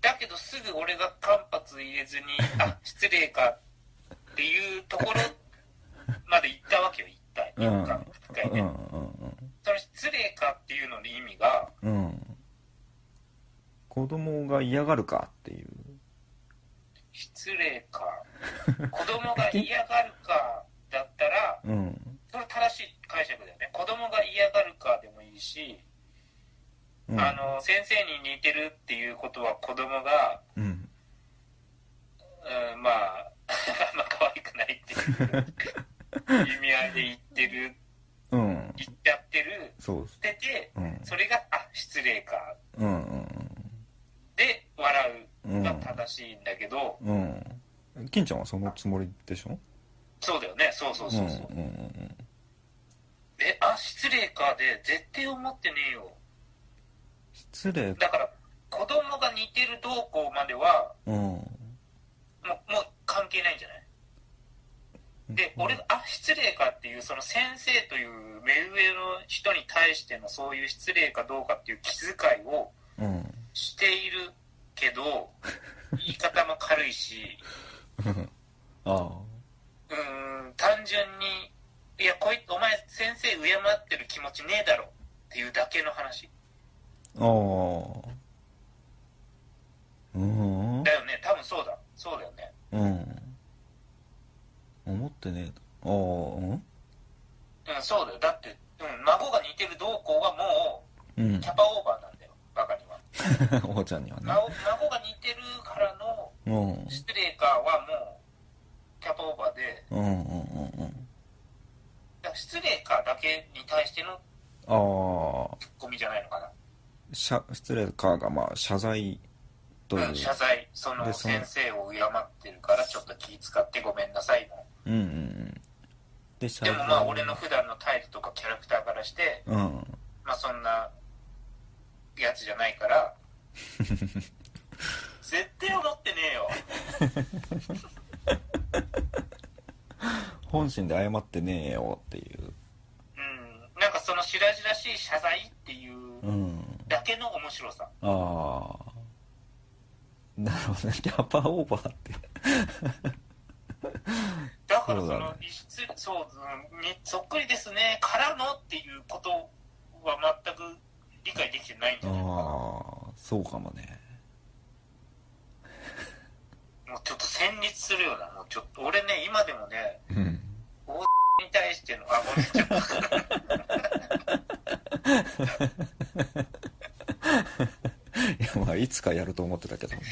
Speaker 1: だけどすぐ俺が間髪入れ ずにあ失礼かっていうところまで行ったわけよ一体
Speaker 2: うんうん
Speaker 1: 一回一回
Speaker 2: う
Speaker 1: ね、
Speaker 2: ん
Speaker 1: その失礼かっていうのの意味が
Speaker 2: うんうん子供が嫌がるかっていう
Speaker 1: 失礼か子供が嫌がるかだった ら
Speaker 2: うん
Speaker 1: それ正しい解釈だよね子供が嫌がるかでもいいし、
Speaker 2: うん
Speaker 1: あの先生に似てるっていうことは子供が、
Speaker 2: うん
Speaker 1: うん、まあ あんま可愛くないっていう意味合いで言ってる
Speaker 2: うん
Speaker 1: 言っちゃってる
Speaker 2: そうです
Speaker 1: 捨てて
Speaker 2: うん
Speaker 1: それがあ失礼か
Speaker 2: うんうん
Speaker 1: で笑う
Speaker 2: うん
Speaker 1: が正しいんだけど、
Speaker 2: うん金ちゃんはそのつもりでしょ
Speaker 1: そうだよねそうそう
Speaker 2: うん
Speaker 1: そううんそう、
Speaker 2: うん
Speaker 1: えあ失礼かで絶対思ってねえよ
Speaker 2: 失礼
Speaker 1: だから子供が似てるどうこうまでは
Speaker 2: うん
Speaker 1: もうもう関係ないんじゃないで俺が「あ失礼か」っていうその先生という目上の人に対してのそういう失礼かどうかっていう気遣いを
Speaker 2: うん
Speaker 1: しているけど 言い方も軽いし
Speaker 2: あ
Speaker 1: うーん単純に「いやこいお前先生敬ってる気持ちねえだろ」っていうだけの話
Speaker 2: あああうん
Speaker 1: だよね多分そうだそうだよね
Speaker 2: うん思ってねえああうん
Speaker 1: うんそうだよだって、うん、孫が似てるどうこうはも
Speaker 2: う
Speaker 1: うんキャパオーバーなんだよバカには
Speaker 2: おばちゃんにはね
Speaker 1: 孫孫が似てるからの
Speaker 2: うん
Speaker 1: 失礼かはもうキャパオーバーで
Speaker 2: うんうんうんうん
Speaker 1: だから失礼かだけに対しての
Speaker 2: ああ
Speaker 1: ツッコミじゃないのかな
Speaker 2: しゃ失礼かがまあ謝罪という
Speaker 1: うん、謝罪その
Speaker 2: でその
Speaker 1: 先生を敬ってるからちょっと気使ってごめんなさいの
Speaker 2: うんうんうんで謝
Speaker 1: でもまあ俺の普段の態度とかキャラクターからして
Speaker 2: うん
Speaker 1: まあそんなやつじゃないから 絶対思ってねえよ
Speaker 2: 本心で謝ってねえよっていう
Speaker 1: うんなんかその白々しい謝罪っていう
Speaker 2: うん
Speaker 1: だけの面白さ
Speaker 2: ああなるほどねキャパオーバーって
Speaker 1: だからそ
Speaker 2: そうだ
Speaker 1: の一質そううんにそっくりですねからのっていうことは全く理解できてないんじ
Speaker 2: あ
Speaker 1: ゃないか
Speaker 2: あそうかもね
Speaker 1: なもうちょっと戦慄するようなもうちょっと俺ね今でもね
Speaker 2: うん
Speaker 1: に対してのあごめんちょっと
Speaker 2: いやまあいつかやると思ってたけどね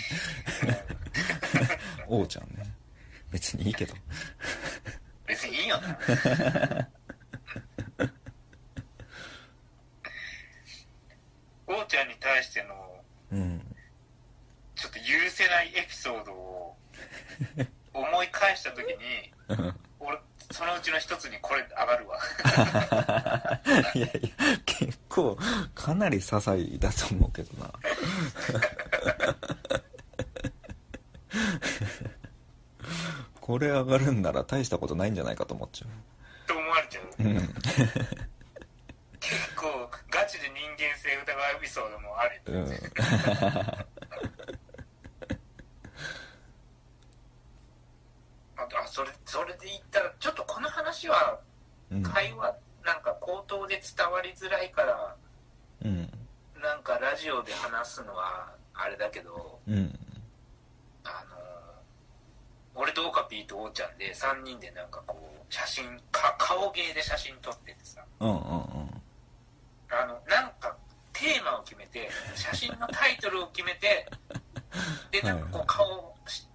Speaker 2: 王ちゃんね別にいいけど
Speaker 1: 別にいいよなゴーちゃんに対しての
Speaker 2: うん
Speaker 1: ちょっと許せないエピソードを思い返した時に俺そのうちの一つにこれ上がるわ
Speaker 2: いやいや結構かなり些細だと思うけどなこれ上がるんなら大したことないんじゃないかと思っちゃ
Speaker 1: と思われちゃう
Speaker 2: う、うん
Speaker 1: 結構ガチで人間性疑うエピソードもある
Speaker 2: うん
Speaker 1: ああそれそれで言ったらちょっとこの話は
Speaker 2: うん
Speaker 1: 会話なんか口頭で伝わりづらいから
Speaker 2: うん
Speaker 1: なんかラジオで話すのはあれだけど
Speaker 2: うん
Speaker 1: あの俺とオカピーとおーちゃんで3人でなんかこう写真か顔芸で写真撮っててさ
Speaker 2: うんうんうん
Speaker 1: あのなんかテーマを決めて写真のタイトルを決めてでなんかこう顔をし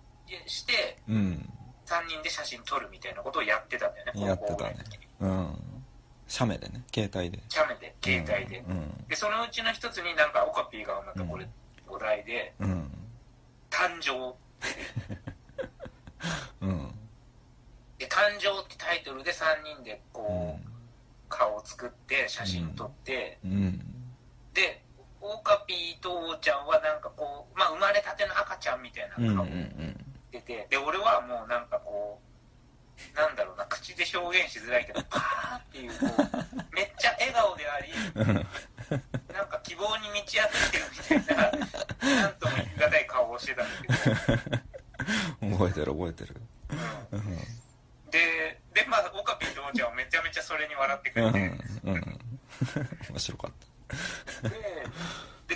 Speaker 1: して
Speaker 2: うん
Speaker 1: 3人で写真撮るみたいなことをやってたんだよね
Speaker 2: やってた
Speaker 1: 高
Speaker 2: ね
Speaker 1: 校の時に
Speaker 2: うん写メでね携帯で
Speaker 1: 写メで携帯で、
Speaker 2: うん
Speaker 1: でそのうちの一つになんかオカピーがまたこれ、
Speaker 2: うん
Speaker 1: お題で
Speaker 2: うん
Speaker 1: 「誕生
Speaker 2: うん」
Speaker 1: で「誕生」ってタイトルで3人で
Speaker 2: う
Speaker 1: こ
Speaker 2: ん
Speaker 1: う、顔を作って写真撮って、
Speaker 2: うん
Speaker 1: でオカピーとおーちゃんはなんかこう、まあ、生まれたての赤ちゃんみたいな
Speaker 2: うんうんう
Speaker 1: 顔
Speaker 2: ん
Speaker 1: 出て、で俺はもうなんかこうなんだろうな口で表現しづらいけどパーっていうこ うめっちゃ笑顔であり
Speaker 2: うん
Speaker 1: なんか希望に満ち溢れてるみたいななんとも言い難い顔をしてたんだけど、
Speaker 2: 覚えてる覚えてる
Speaker 1: う
Speaker 2: うん
Speaker 1: ん、ででまあオカピーとおーちゃんはめちゃめちゃそれに笑ってく
Speaker 2: うん
Speaker 1: れ
Speaker 2: う
Speaker 1: て、
Speaker 2: んうん面白かっ
Speaker 1: で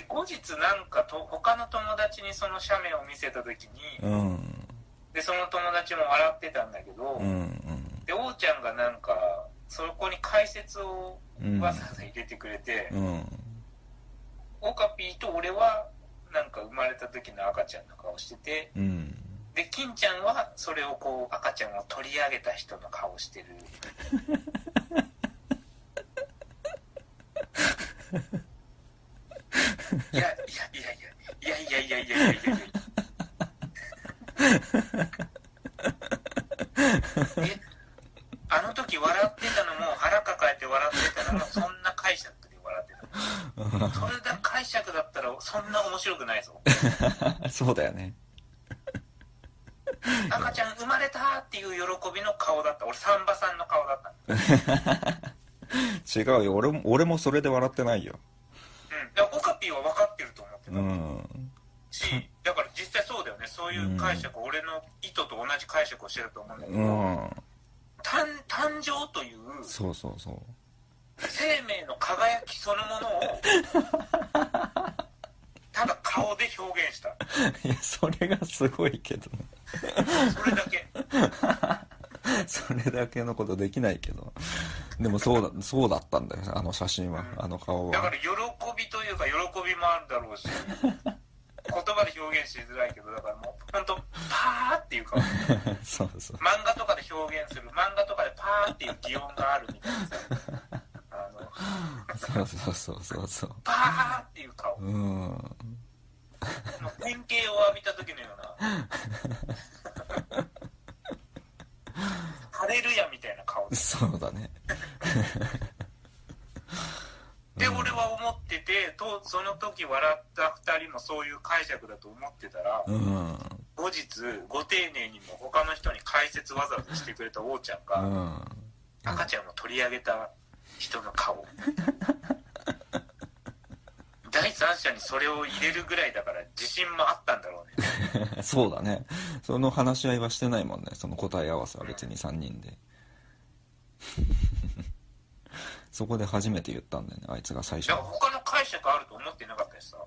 Speaker 1: で後日なんかと他の友達にその写メを見せた時に
Speaker 2: たうん
Speaker 1: でその友達も笑ってたんだけど、
Speaker 2: うん
Speaker 1: でおーちゃんがなんかそこに解説を
Speaker 2: うん
Speaker 1: わざわざ入れてくれて、
Speaker 2: うんうん
Speaker 1: オカピーと俺はなんか生まれた時の赤ちゃんの顔してて
Speaker 2: うん
Speaker 1: で金ちゃんはそれをこう赤ちゃんを取り上げた人の顔してるいやいやいやいやいやいやいやいやいやいやいやって笑ってたら、そんな解釈で笑ってた。それが解釈だったら、そんな面白くないぞ。
Speaker 2: そうだよね。
Speaker 1: 赤ちゃん生まれたっていう喜びの顔だった。俺、サンバさんの顔だった。
Speaker 2: 違うよ。俺も、俺もそれで笑ってないよ。
Speaker 1: うん。だから、オカピーは分かってると思ってた
Speaker 2: うん。
Speaker 1: し、だから実際そうだよね。そういう解釈、俺の意図と同じ解釈をしてると思うんだけど、
Speaker 2: うん。
Speaker 1: 誕誕生という
Speaker 2: そうそうそう。
Speaker 1: 生命の輝きそのも のを、ただ顔で表現した。
Speaker 2: いや、それがすごいけどね。
Speaker 1: それだ け。
Speaker 2: それだけのことできないけど。でもそうだ、そうだったんだよ。あの写真は、あの顔
Speaker 1: だから
Speaker 2: は。
Speaker 1: 喜びというか喜びもあるだろうし言葉で表現しづらいけどだからもう本当パーっていうか漫
Speaker 2: そうそう。
Speaker 1: 画とかで表現する漫画とかでパーっていう擬音があるみたいなさあの
Speaker 2: そうそうそうそうそう。
Speaker 1: パーっていう顔も
Speaker 2: うん。
Speaker 1: う典型を浴びた時のようなハレルヤみたいな顔で
Speaker 2: そうだね。
Speaker 1: で俺は思っててとその時笑った2人もそういう解釈だと思ってたら、
Speaker 2: うん。
Speaker 1: 後日ご丁寧にも他の人に解説わざわざしてくれた王ちゃん
Speaker 2: う
Speaker 1: が
Speaker 2: ん。
Speaker 1: 赤ちゃんを取り上げた人の顔 第三者にそれを入れるぐらいだから自信もあったんだろうね
Speaker 2: そうだね。その話し合いはしてないもんね。その答え合わせは別に3人で。 そこで初めて言ったんだよね。あいつが最初
Speaker 1: だから。他の解釈あると思ってなかったしさ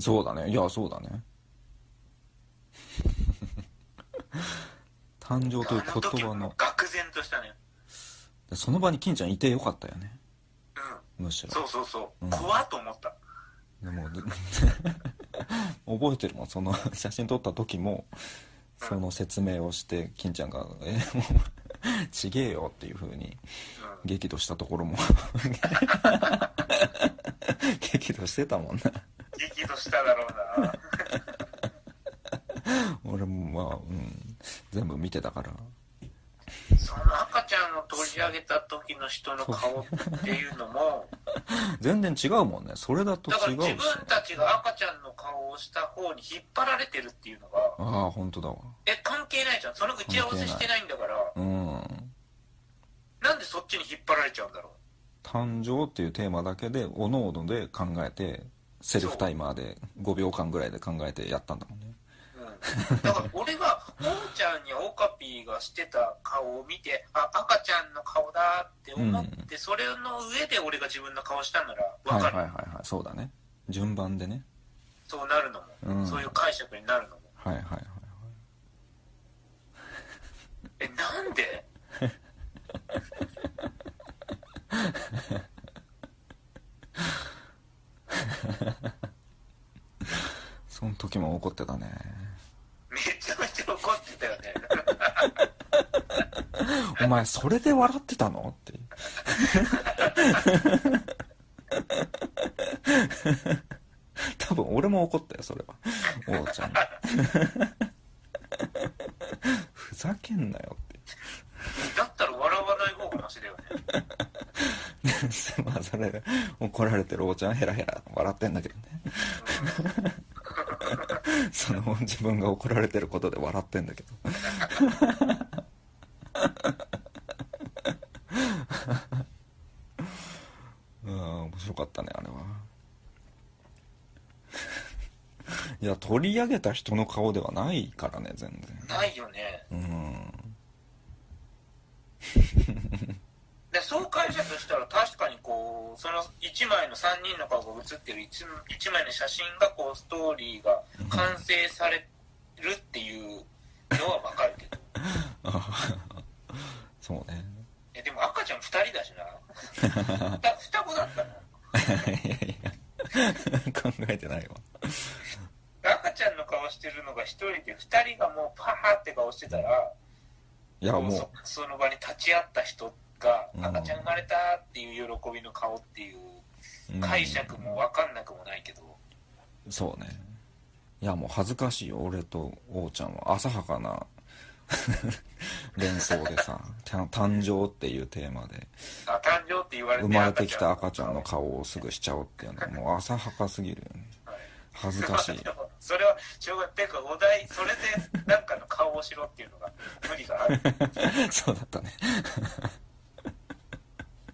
Speaker 2: そうだね。いや、そうだね。 誕生という
Speaker 1: あの時
Speaker 2: 言葉
Speaker 1: も
Speaker 2: の。
Speaker 1: 愕然としたね
Speaker 2: その場に金ちゃんいてよかったよね。
Speaker 1: う
Speaker 2: むし
Speaker 1: んそ
Speaker 2: ろ。
Speaker 1: うそうそう、
Speaker 2: うん
Speaker 1: 怖っと思った
Speaker 2: でも、 ず覚えてるもん。その写真撮った時も、その説明をして、金ちゃんが、え、もう、ちげえよっていう風に
Speaker 1: う
Speaker 2: 激怒したところも 激怒してたもんな
Speaker 1: 激怒しただろうな
Speaker 2: 俺もまあ、うん、全部見てたから
Speaker 1: その赤ちゃんを取り上げた時の人の顔っていうの も
Speaker 2: 全然違うもんねそれだと
Speaker 1: だから
Speaker 2: 違うし、
Speaker 1: 自
Speaker 2: ね
Speaker 1: 分、たちが赤ちゃんの顔をした方に引っ張られてるっていうのが、
Speaker 2: ああ本当だわ
Speaker 1: え、関係ないじゃん。その打ち合わせしてないんだから、
Speaker 2: うん
Speaker 1: なんでそっちに引っ張られちゃうんだろ
Speaker 2: 誕生っていうテーマだけでおのおので考えてセルフタイマーで5秒間ぐらいで考えてやったんだもんね
Speaker 1: う。うん、だから俺は、おうちゃんにオカピーがしてた顔を見て、あ、赤ちゃんの顔だって思って、それの上で俺が自分の顔したなら、わ
Speaker 2: はい
Speaker 1: か
Speaker 2: はい
Speaker 1: る、
Speaker 2: はいはいそうだね順番でね
Speaker 1: そうなるのも、
Speaker 2: うん
Speaker 1: そういう解釈になるのも。
Speaker 2: はいはいはい
Speaker 1: え、なんで
Speaker 2: その時も怒ってたね
Speaker 1: めちゃめちゃ怒ってたよね。
Speaker 2: お前それで笑ってたのっていう多分俺も怒ったよそれは王ちゃんにふざけんなよっ
Speaker 1: だったら笑わない方がマシだよね。
Speaker 2: て まあそれ怒られてる王ちゃんヘラヘラ笑ってんだけどね その自分が怒られてることで笑ってんだけど うん面白かったねあれはいや取り上げた人の顔ではないからね全
Speaker 1: ないよね。
Speaker 2: 然うん
Speaker 1: でそう解釈したら確かにこうその1枚の3人の顔が写ってる 1, 枚の写真がこうストーリーが完成されるっていうのは分かるけ ど
Speaker 2: そうね
Speaker 1: えでも赤ちゃん2人だしな双双子だった
Speaker 2: いやいや 考えてないわ
Speaker 1: の赤ちゃんの顔してるのが1人で2人がもうパーって顔してたら
Speaker 2: いや
Speaker 1: こう
Speaker 2: もう
Speaker 1: そその場に立ち会った人が
Speaker 2: うん
Speaker 1: 赤ちゃん生まれたっていう喜びの顔っていう
Speaker 2: うん
Speaker 1: 解釈も分かんなくもないけど、
Speaker 2: そうねいやもう恥ずかしいよ俺と王ちゃんは浅はかな 連想でさ「た誕生」っていうテーマで
Speaker 1: あ誕生って言われて
Speaker 2: 生まれてきた赤ちゃんの
Speaker 1: 顔
Speaker 2: 顔をすぐしちゃおうっていうのはもう浅はかすぎるよね恥ずかしい
Speaker 1: それはしょうがないていうかお題それで何かの顔をしろっていうのが無理があ る
Speaker 2: そうだったね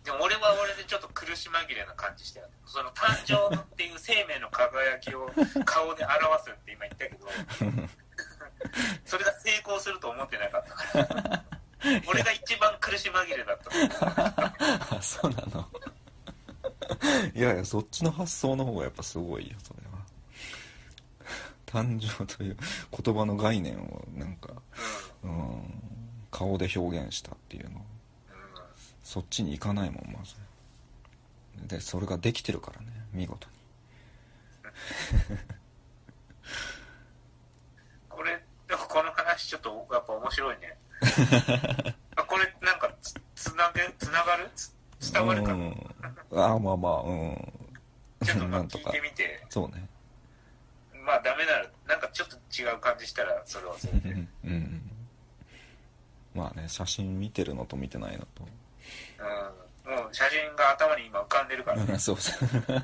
Speaker 1: でも俺は俺でちょっと苦し紛れな感じしてその誕生っていう生命の輝きを顔で表すって今言った けどそれが成功すると思ってなかったから 俺が一番苦し紛れだった
Speaker 2: あ そうなのいやいやそっちの発想の方がやっぱすごいよそれは誕生という言葉の概念をなんか、うん、顔で表現したっていうの
Speaker 1: うん
Speaker 2: そっちに行かないもんまずでそれができてるからね見事
Speaker 1: これでもこの話ちょっとやっぱ面白い ねあこれなんかつつなげつながるつ
Speaker 2: に
Speaker 1: 伝わるか、
Speaker 2: うん、ああまあまあうん
Speaker 1: ちょっとまあ
Speaker 2: なんと
Speaker 1: 聞い
Speaker 2: か
Speaker 1: てみて
Speaker 2: そうね
Speaker 1: まあダメならなんかちょっと違う感じしたらそれはそれ
Speaker 2: う
Speaker 1: でうん
Speaker 2: んうんまあね写真見てるのと見てないのと
Speaker 1: もう写真が頭に今浮かんでるからね
Speaker 2: うんそうそう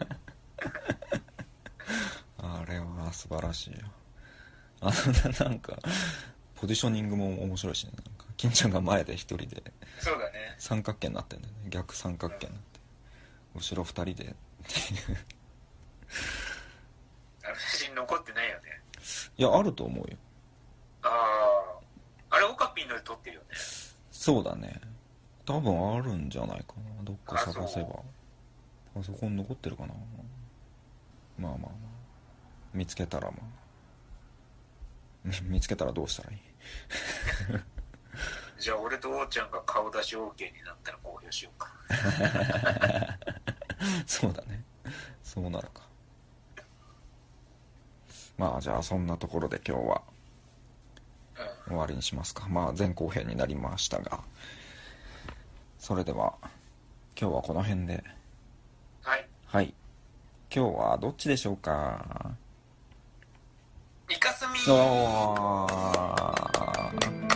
Speaker 2: あれは素晴らしいよあのなんかポジショニングも面白いしねなんか金ちゃんが前で一人で
Speaker 1: そうだね
Speaker 2: 三角形になってんだよね逆三角形になって後ろ二人でっていう
Speaker 1: あの写真残ってないよね
Speaker 2: いやあると思うよ
Speaker 1: あああれオカピーので撮ってるよね
Speaker 2: そうだね多分あるんじゃないかなどっか探せばパソコン残ってるかなまあまあまあ見つけたらまあ見つけたらどうしたらいい
Speaker 1: じゃあ俺とおーちゃんが顔出し OK になったら公表しようか
Speaker 2: そうだねそうなのかまあじゃあそんなところで今日は
Speaker 1: う
Speaker 2: 終わりにしますかまあ前後編になりましたがそれでは今日はこの辺で
Speaker 1: んはい
Speaker 2: はい今日はどっちでしょうか
Speaker 1: イカスミ
Speaker 2: おー